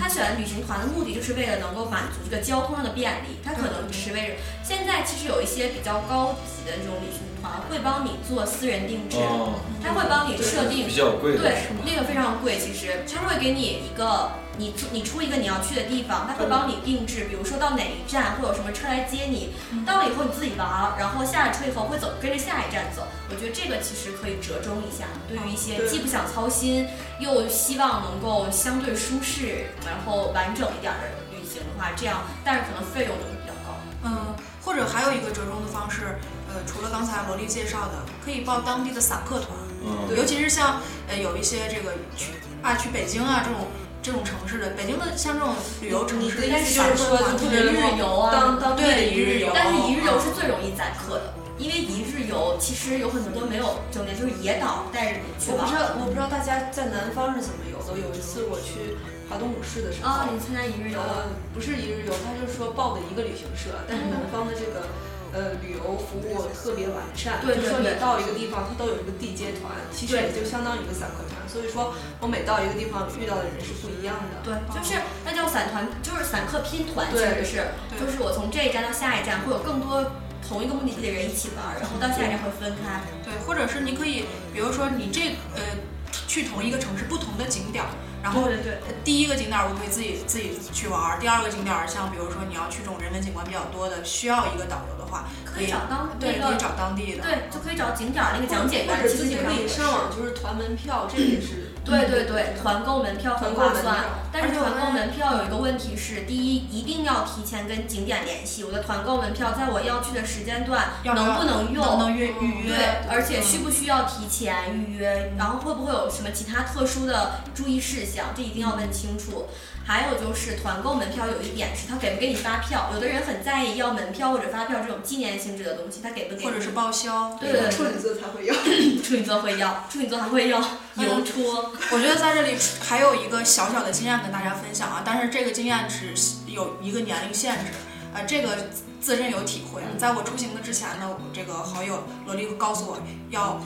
[SPEAKER 3] 他选旅行团的目的就是为了能够满足这个交通上的便利，他可能只是为了。现在其实有一些比较高级的这种旅行团会帮你做私人定制，
[SPEAKER 1] 哦，
[SPEAKER 3] 他会帮你嗯设定
[SPEAKER 1] 比较贵的
[SPEAKER 3] 对
[SPEAKER 1] 是，吗？
[SPEAKER 3] 那个非常贵，其实它会给你一个，你出你出一个你要去的地方，它会帮你定制，比如说到哪一站会有什么车来接你，
[SPEAKER 2] 嗯
[SPEAKER 3] 到了以后你自己玩儿，然后下了车以后会走跟着下一站走。我觉得这个其实可以折中一下，对于一些
[SPEAKER 2] 对
[SPEAKER 3] 既不想操心，又希望能够相对舒适，然后完整一点儿的旅行的话，这样，但是可能费用就会比较高。
[SPEAKER 4] 嗯，或者还有一个折中的方式，呃，除了刚才萝莉介绍的，可以报当地的散客团，
[SPEAKER 1] 嗯，
[SPEAKER 4] 尤其是像呃有一些这个去啊去北京啊这种这种城市的，北京的像这种旅游城市，
[SPEAKER 2] 你的
[SPEAKER 4] 但
[SPEAKER 2] 意思
[SPEAKER 4] 是
[SPEAKER 2] 就
[SPEAKER 4] 散
[SPEAKER 2] 是
[SPEAKER 4] 客
[SPEAKER 2] 说
[SPEAKER 4] 团
[SPEAKER 2] 就是
[SPEAKER 4] 特别
[SPEAKER 2] 旅
[SPEAKER 4] 热
[SPEAKER 2] 游
[SPEAKER 4] 游
[SPEAKER 2] 当当地
[SPEAKER 4] 对
[SPEAKER 2] 的
[SPEAKER 4] 一
[SPEAKER 2] 一
[SPEAKER 4] 日
[SPEAKER 2] 日游
[SPEAKER 3] 啊但是一日游是最容易宰客的，因为一日游其实有很多没有酒店，就是野岛带着你去
[SPEAKER 2] 我
[SPEAKER 3] 玩
[SPEAKER 2] 不知。道，我不知道大家在南方是怎么游的。有一次我去华东五市的时候，
[SPEAKER 3] 啊，你嗯参加一日游
[SPEAKER 2] 呃，不是一日游，他就是说报的一个旅行社，但是南方的这个。呃，旅游服务特别完善，
[SPEAKER 3] 对
[SPEAKER 2] 就
[SPEAKER 3] 对
[SPEAKER 2] 说
[SPEAKER 3] 对
[SPEAKER 2] 你到一个地方，它都有一个地接团，其实也
[SPEAKER 3] 对
[SPEAKER 2] 就相当于一个散客团。所以说我每到一个地方遇到的人是不一样的。
[SPEAKER 3] 对，就是那叫散团，就是散客拼团，其
[SPEAKER 2] 对
[SPEAKER 3] 实是，就
[SPEAKER 4] 对
[SPEAKER 3] 是我从这一站到下一站会有更多同一个目的地的人一起玩，然后到下一站会分开。
[SPEAKER 4] 对，或者是你可以，比如说你这呃去同一个城市不同的景点儿，然后
[SPEAKER 3] 对对，
[SPEAKER 4] 呃第一个景点儿我可以自己自己去玩儿，第二个景点儿像比如说你要去这种人文景观比较多的，需要一个导游的话，
[SPEAKER 3] 可以找当
[SPEAKER 4] 对，
[SPEAKER 3] 那
[SPEAKER 4] 可以
[SPEAKER 3] 个
[SPEAKER 4] 找当地的。
[SPEAKER 3] 对，就可以找景点儿那个讲解
[SPEAKER 2] 或
[SPEAKER 3] 员，
[SPEAKER 2] 者
[SPEAKER 3] 其
[SPEAKER 2] 自
[SPEAKER 3] 实
[SPEAKER 2] 己
[SPEAKER 3] 基本
[SPEAKER 2] 可以
[SPEAKER 3] 上都是
[SPEAKER 2] 上网，就是团门票，这个也是
[SPEAKER 3] 对对对，团购门票
[SPEAKER 2] 团
[SPEAKER 3] 很
[SPEAKER 2] 购
[SPEAKER 3] 划
[SPEAKER 2] 门
[SPEAKER 3] 算
[SPEAKER 2] 票，
[SPEAKER 3] 但是
[SPEAKER 4] 而且我
[SPEAKER 3] 团购
[SPEAKER 4] 们
[SPEAKER 3] 门票有一个问题是，第一，一定要提前跟景点联系，我的团购门票在我要去的时间段
[SPEAKER 4] 要
[SPEAKER 3] 能
[SPEAKER 4] 要
[SPEAKER 3] 不能用，
[SPEAKER 4] 能不能预预约？
[SPEAKER 3] 对，而且
[SPEAKER 4] 嗯
[SPEAKER 3] 需不需要提前预约，然后会不会有什么其他特殊的注意事项，这一定要问清楚。还有就是团购门票有一点是他给不给你发票，有的人很在意要门票或者发票这种纪念性质的东西，他给不给你？
[SPEAKER 4] 或者是报销。
[SPEAKER 3] 对对对，
[SPEAKER 2] 处女座才会有。
[SPEAKER 3] 处女座会要，处女座还会
[SPEAKER 4] 嗯
[SPEAKER 3] 要邮戳，
[SPEAKER 4] 我觉得在这里还有一个小小的经验跟大家分享啊，但是这个经验只是有一个年龄限制，呃，这个自身有体会。啊在我出行的之前呢，我这个好友萝莉告诉我要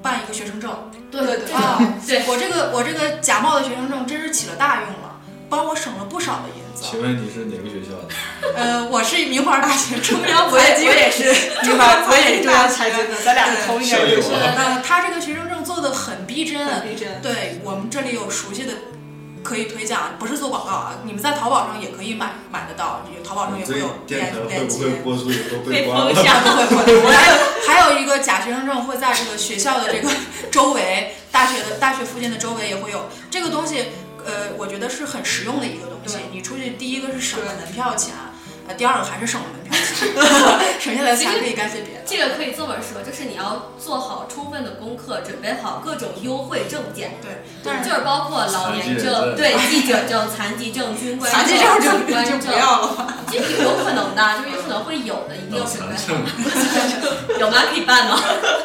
[SPEAKER 4] 办一个学生证
[SPEAKER 3] 对
[SPEAKER 2] 对
[SPEAKER 3] 对
[SPEAKER 2] 对
[SPEAKER 4] 啊，
[SPEAKER 3] 对，
[SPEAKER 4] 我这个我这个假冒的学生证真是起了大用了，帮我省了不少的银子。
[SPEAKER 1] 请问你是哪个学校的？
[SPEAKER 4] 呃，我是名牌大学中央
[SPEAKER 2] 我
[SPEAKER 4] 财经，
[SPEAKER 2] 也 是，
[SPEAKER 4] 中央财经大学。
[SPEAKER 2] 的，咱俩
[SPEAKER 4] 对
[SPEAKER 2] 同一个
[SPEAKER 1] 校友
[SPEAKER 2] 人
[SPEAKER 1] 啊
[SPEAKER 2] 生。
[SPEAKER 4] 呃，他这个学生证做的很逼真，
[SPEAKER 2] 很逼真
[SPEAKER 4] 对我们这里有熟悉的，可以推荐，啊，不是做广告啊，你们在淘宝上也可以买买得到，也淘宝上也会有链链接。
[SPEAKER 1] 播出以后
[SPEAKER 3] 被封
[SPEAKER 4] 啊
[SPEAKER 3] 杀
[SPEAKER 4] 不。会不会，我还有还有一个假学生证会在这个学校的这个周围，大学的大学附近的周围也会有这个东西。呃，我觉得是很实用的一个东西
[SPEAKER 3] 对。
[SPEAKER 4] 你出去第一个是省了
[SPEAKER 2] 对
[SPEAKER 4] 门票钱，呃，第二个还是省了门票钱，省下来的钱可以干些别的。
[SPEAKER 3] 这个可以这么说，就是你要做好充分的功课，准备好各种优惠证件，
[SPEAKER 4] 对，但是
[SPEAKER 3] 就是包括老
[SPEAKER 1] 残
[SPEAKER 3] 年证、
[SPEAKER 1] 疾人证
[SPEAKER 3] 对记者证、残疾证、军官
[SPEAKER 4] 残疾证
[SPEAKER 3] 证、
[SPEAKER 4] 就
[SPEAKER 3] 长官
[SPEAKER 4] 就
[SPEAKER 3] 证，
[SPEAKER 4] 不要了吧。
[SPEAKER 3] 这是有可能的，就是有可能会有的，一定要准备
[SPEAKER 1] 证
[SPEAKER 3] 好。有吗？可以办吗？
[SPEAKER 4] 啊，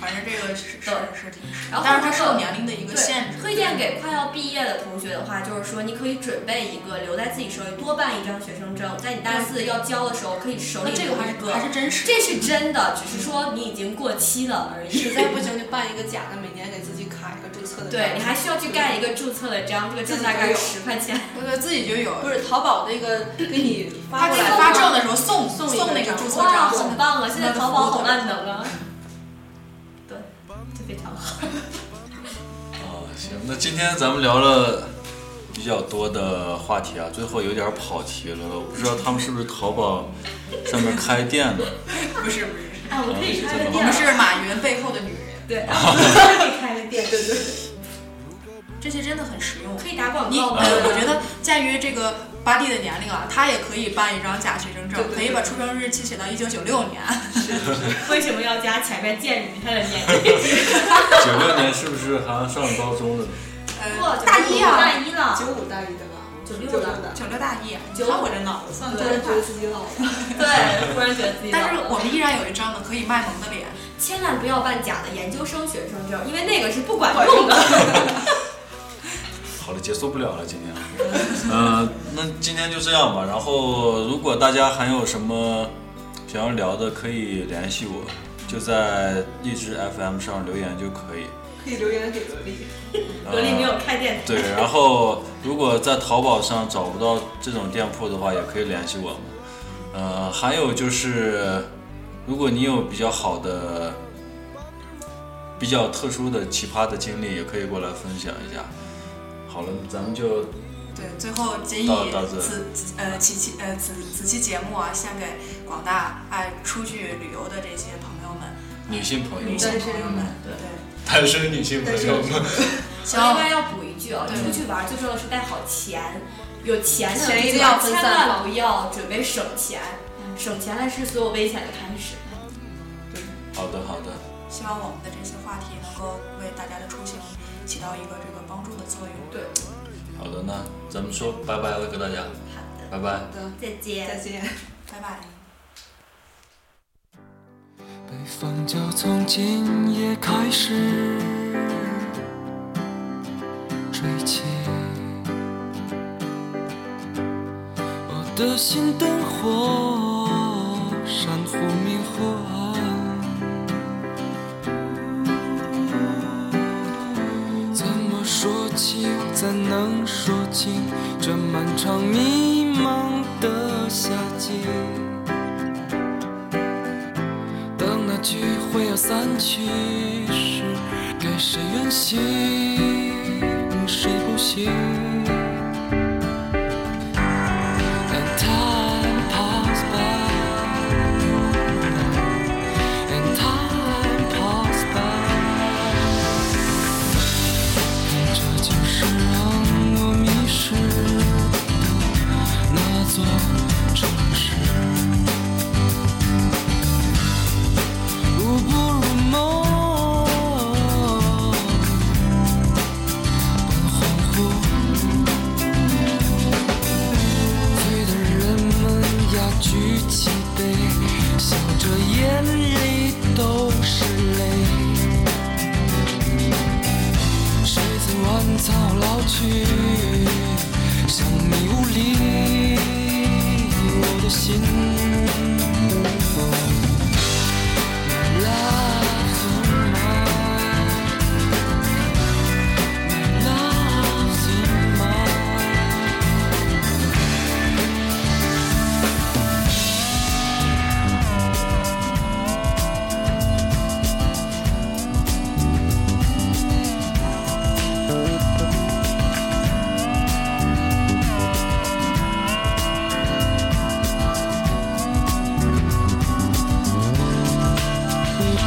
[SPEAKER 4] 反正这个是是
[SPEAKER 3] 对
[SPEAKER 4] 是挺实
[SPEAKER 3] 然后
[SPEAKER 4] 但是它是
[SPEAKER 3] 这
[SPEAKER 4] 有
[SPEAKER 3] 个
[SPEAKER 4] 年龄的一个限制。
[SPEAKER 3] 推荐给快要毕业的同学的话，就是说你可以准备一个留在自己手里，多办一张学生证，在你大四要交的时候，可以手
[SPEAKER 4] 嗯那
[SPEAKER 3] 里
[SPEAKER 4] 这
[SPEAKER 3] 留
[SPEAKER 4] 个还
[SPEAKER 3] 一
[SPEAKER 4] 是还
[SPEAKER 3] 个。
[SPEAKER 4] 是真实。
[SPEAKER 3] 这是真的，只是说你已经过期了而已。
[SPEAKER 2] 实在不行就办一个假的，每年给自己卡一个这次册的，
[SPEAKER 3] 对，你还需要去盖一个注册的章，这个章大概十块钱。
[SPEAKER 4] 我觉得自己就有。
[SPEAKER 2] 不是淘宝那个给你
[SPEAKER 4] 他
[SPEAKER 2] 发
[SPEAKER 4] 给
[SPEAKER 2] 过
[SPEAKER 4] 你
[SPEAKER 2] 来
[SPEAKER 4] 发证的时候送
[SPEAKER 2] 送一个
[SPEAKER 4] 送那个
[SPEAKER 2] 章
[SPEAKER 4] 注册
[SPEAKER 3] 哇，
[SPEAKER 4] 章，
[SPEAKER 3] 很棒啊！现在淘宝好万能啊。对，这非常好。
[SPEAKER 1] 啊，行，那今天咱们聊了比较多的话题啊，最后有点跑题了，我不知道他们是不是淘宝上面开店的，
[SPEAKER 4] 不是不是，
[SPEAKER 3] 哎，我们可以开个
[SPEAKER 1] 我
[SPEAKER 4] 我
[SPEAKER 3] 店
[SPEAKER 4] 们
[SPEAKER 3] 了，哦
[SPEAKER 4] 是马云背后的女人，
[SPEAKER 3] 对，我们可以开个店，对对。
[SPEAKER 4] 这些真的很实用。
[SPEAKER 3] 可以打广
[SPEAKER 4] 你
[SPEAKER 3] 告吗？
[SPEAKER 4] 呃，我觉得在于这个巴蒂的年龄啊，他也可以办一张假学生证，
[SPEAKER 2] 对对对
[SPEAKER 4] 可以把出生日期写到一九九六年。
[SPEAKER 3] 为什么要加前面鉴于他的年龄？
[SPEAKER 1] 九六年是不是还上高中了呢？
[SPEAKER 4] 呃
[SPEAKER 3] 哇，
[SPEAKER 4] 大一啊，
[SPEAKER 3] 大一了，
[SPEAKER 2] 九五大一的吧，
[SPEAKER 3] 九
[SPEAKER 2] 九
[SPEAKER 3] 六
[SPEAKER 2] 六
[SPEAKER 3] 了，
[SPEAKER 2] 的，
[SPEAKER 4] 九六大一，啊
[SPEAKER 3] 九
[SPEAKER 4] 看我这脑子算
[SPEAKER 2] 突
[SPEAKER 4] 的
[SPEAKER 2] 然觉
[SPEAKER 4] 真快
[SPEAKER 2] 得。自己老了。
[SPEAKER 3] 对，突然觉得自己老了。
[SPEAKER 4] 但是我们依然有一张呢，可以卖萌的脸。
[SPEAKER 3] 千万不要办假的研究生学生证，因为那个是不管用的。
[SPEAKER 1] 好了，结束不了了，今天。嗯，那今天就这样吧。然后，如果大家还有什么想要聊的，可以联系我，就在荔枝 FM 上留言就可以。
[SPEAKER 2] 可以留言给格力，
[SPEAKER 3] 格力没有开店，
[SPEAKER 1] 对，然后如果在淘宝上找不到这种店铺的话，也可以联系我们。呃，还有就是，如果你有比较好的、比较特殊的、奇葩的经历，也可以过来分享一下。好了，咱们就
[SPEAKER 4] 对，最后谨以
[SPEAKER 1] 到到这
[SPEAKER 4] 此此呃此期呃此此期节目啊，献给广大爱出去旅游的这些朋友们，
[SPEAKER 1] 女性朋友
[SPEAKER 4] 女
[SPEAKER 1] 们，
[SPEAKER 4] 性
[SPEAKER 2] 单
[SPEAKER 4] 朋
[SPEAKER 2] 身
[SPEAKER 4] 友们，
[SPEAKER 3] 对
[SPEAKER 4] 对，
[SPEAKER 1] 单身女性朋友们，
[SPEAKER 3] 我
[SPEAKER 2] 哦
[SPEAKER 3] 另外要补一句啊，
[SPEAKER 4] 对
[SPEAKER 3] 出去玩最重要的是带好钱，有钱的
[SPEAKER 2] 钱一定
[SPEAKER 3] 地
[SPEAKER 2] 要
[SPEAKER 3] 方
[SPEAKER 2] 分
[SPEAKER 3] 千
[SPEAKER 2] 散
[SPEAKER 3] 万不要准备省钱，省钱才是所有危险的开始。
[SPEAKER 1] 好的，好的。
[SPEAKER 4] 希望我们的这些话题能够为大家的出行起到一个这个帮助的作用。
[SPEAKER 3] 对，
[SPEAKER 1] 好的，那咱们说拜拜了，给大家，
[SPEAKER 3] 好的，
[SPEAKER 1] 拜拜。
[SPEAKER 3] 再见
[SPEAKER 2] 再见。
[SPEAKER 4] 拜拜。
[SPEAKER 6] 北方就从今夜开始吹起，我的心灯火闪忽明忽暗，怎么说清，才能说清这漫长迷茫的夏季？当那聚会要散去时，该谁远行，谁不行？And time passed by, and time passed by，这就是让我迷失的那座城市。如不如梦，半恍惚。醉的人们呀，举起杯，笑着眼里都是泪。谁在晚草老去，想你无力，我的心。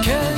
[SPEAKER 6] Can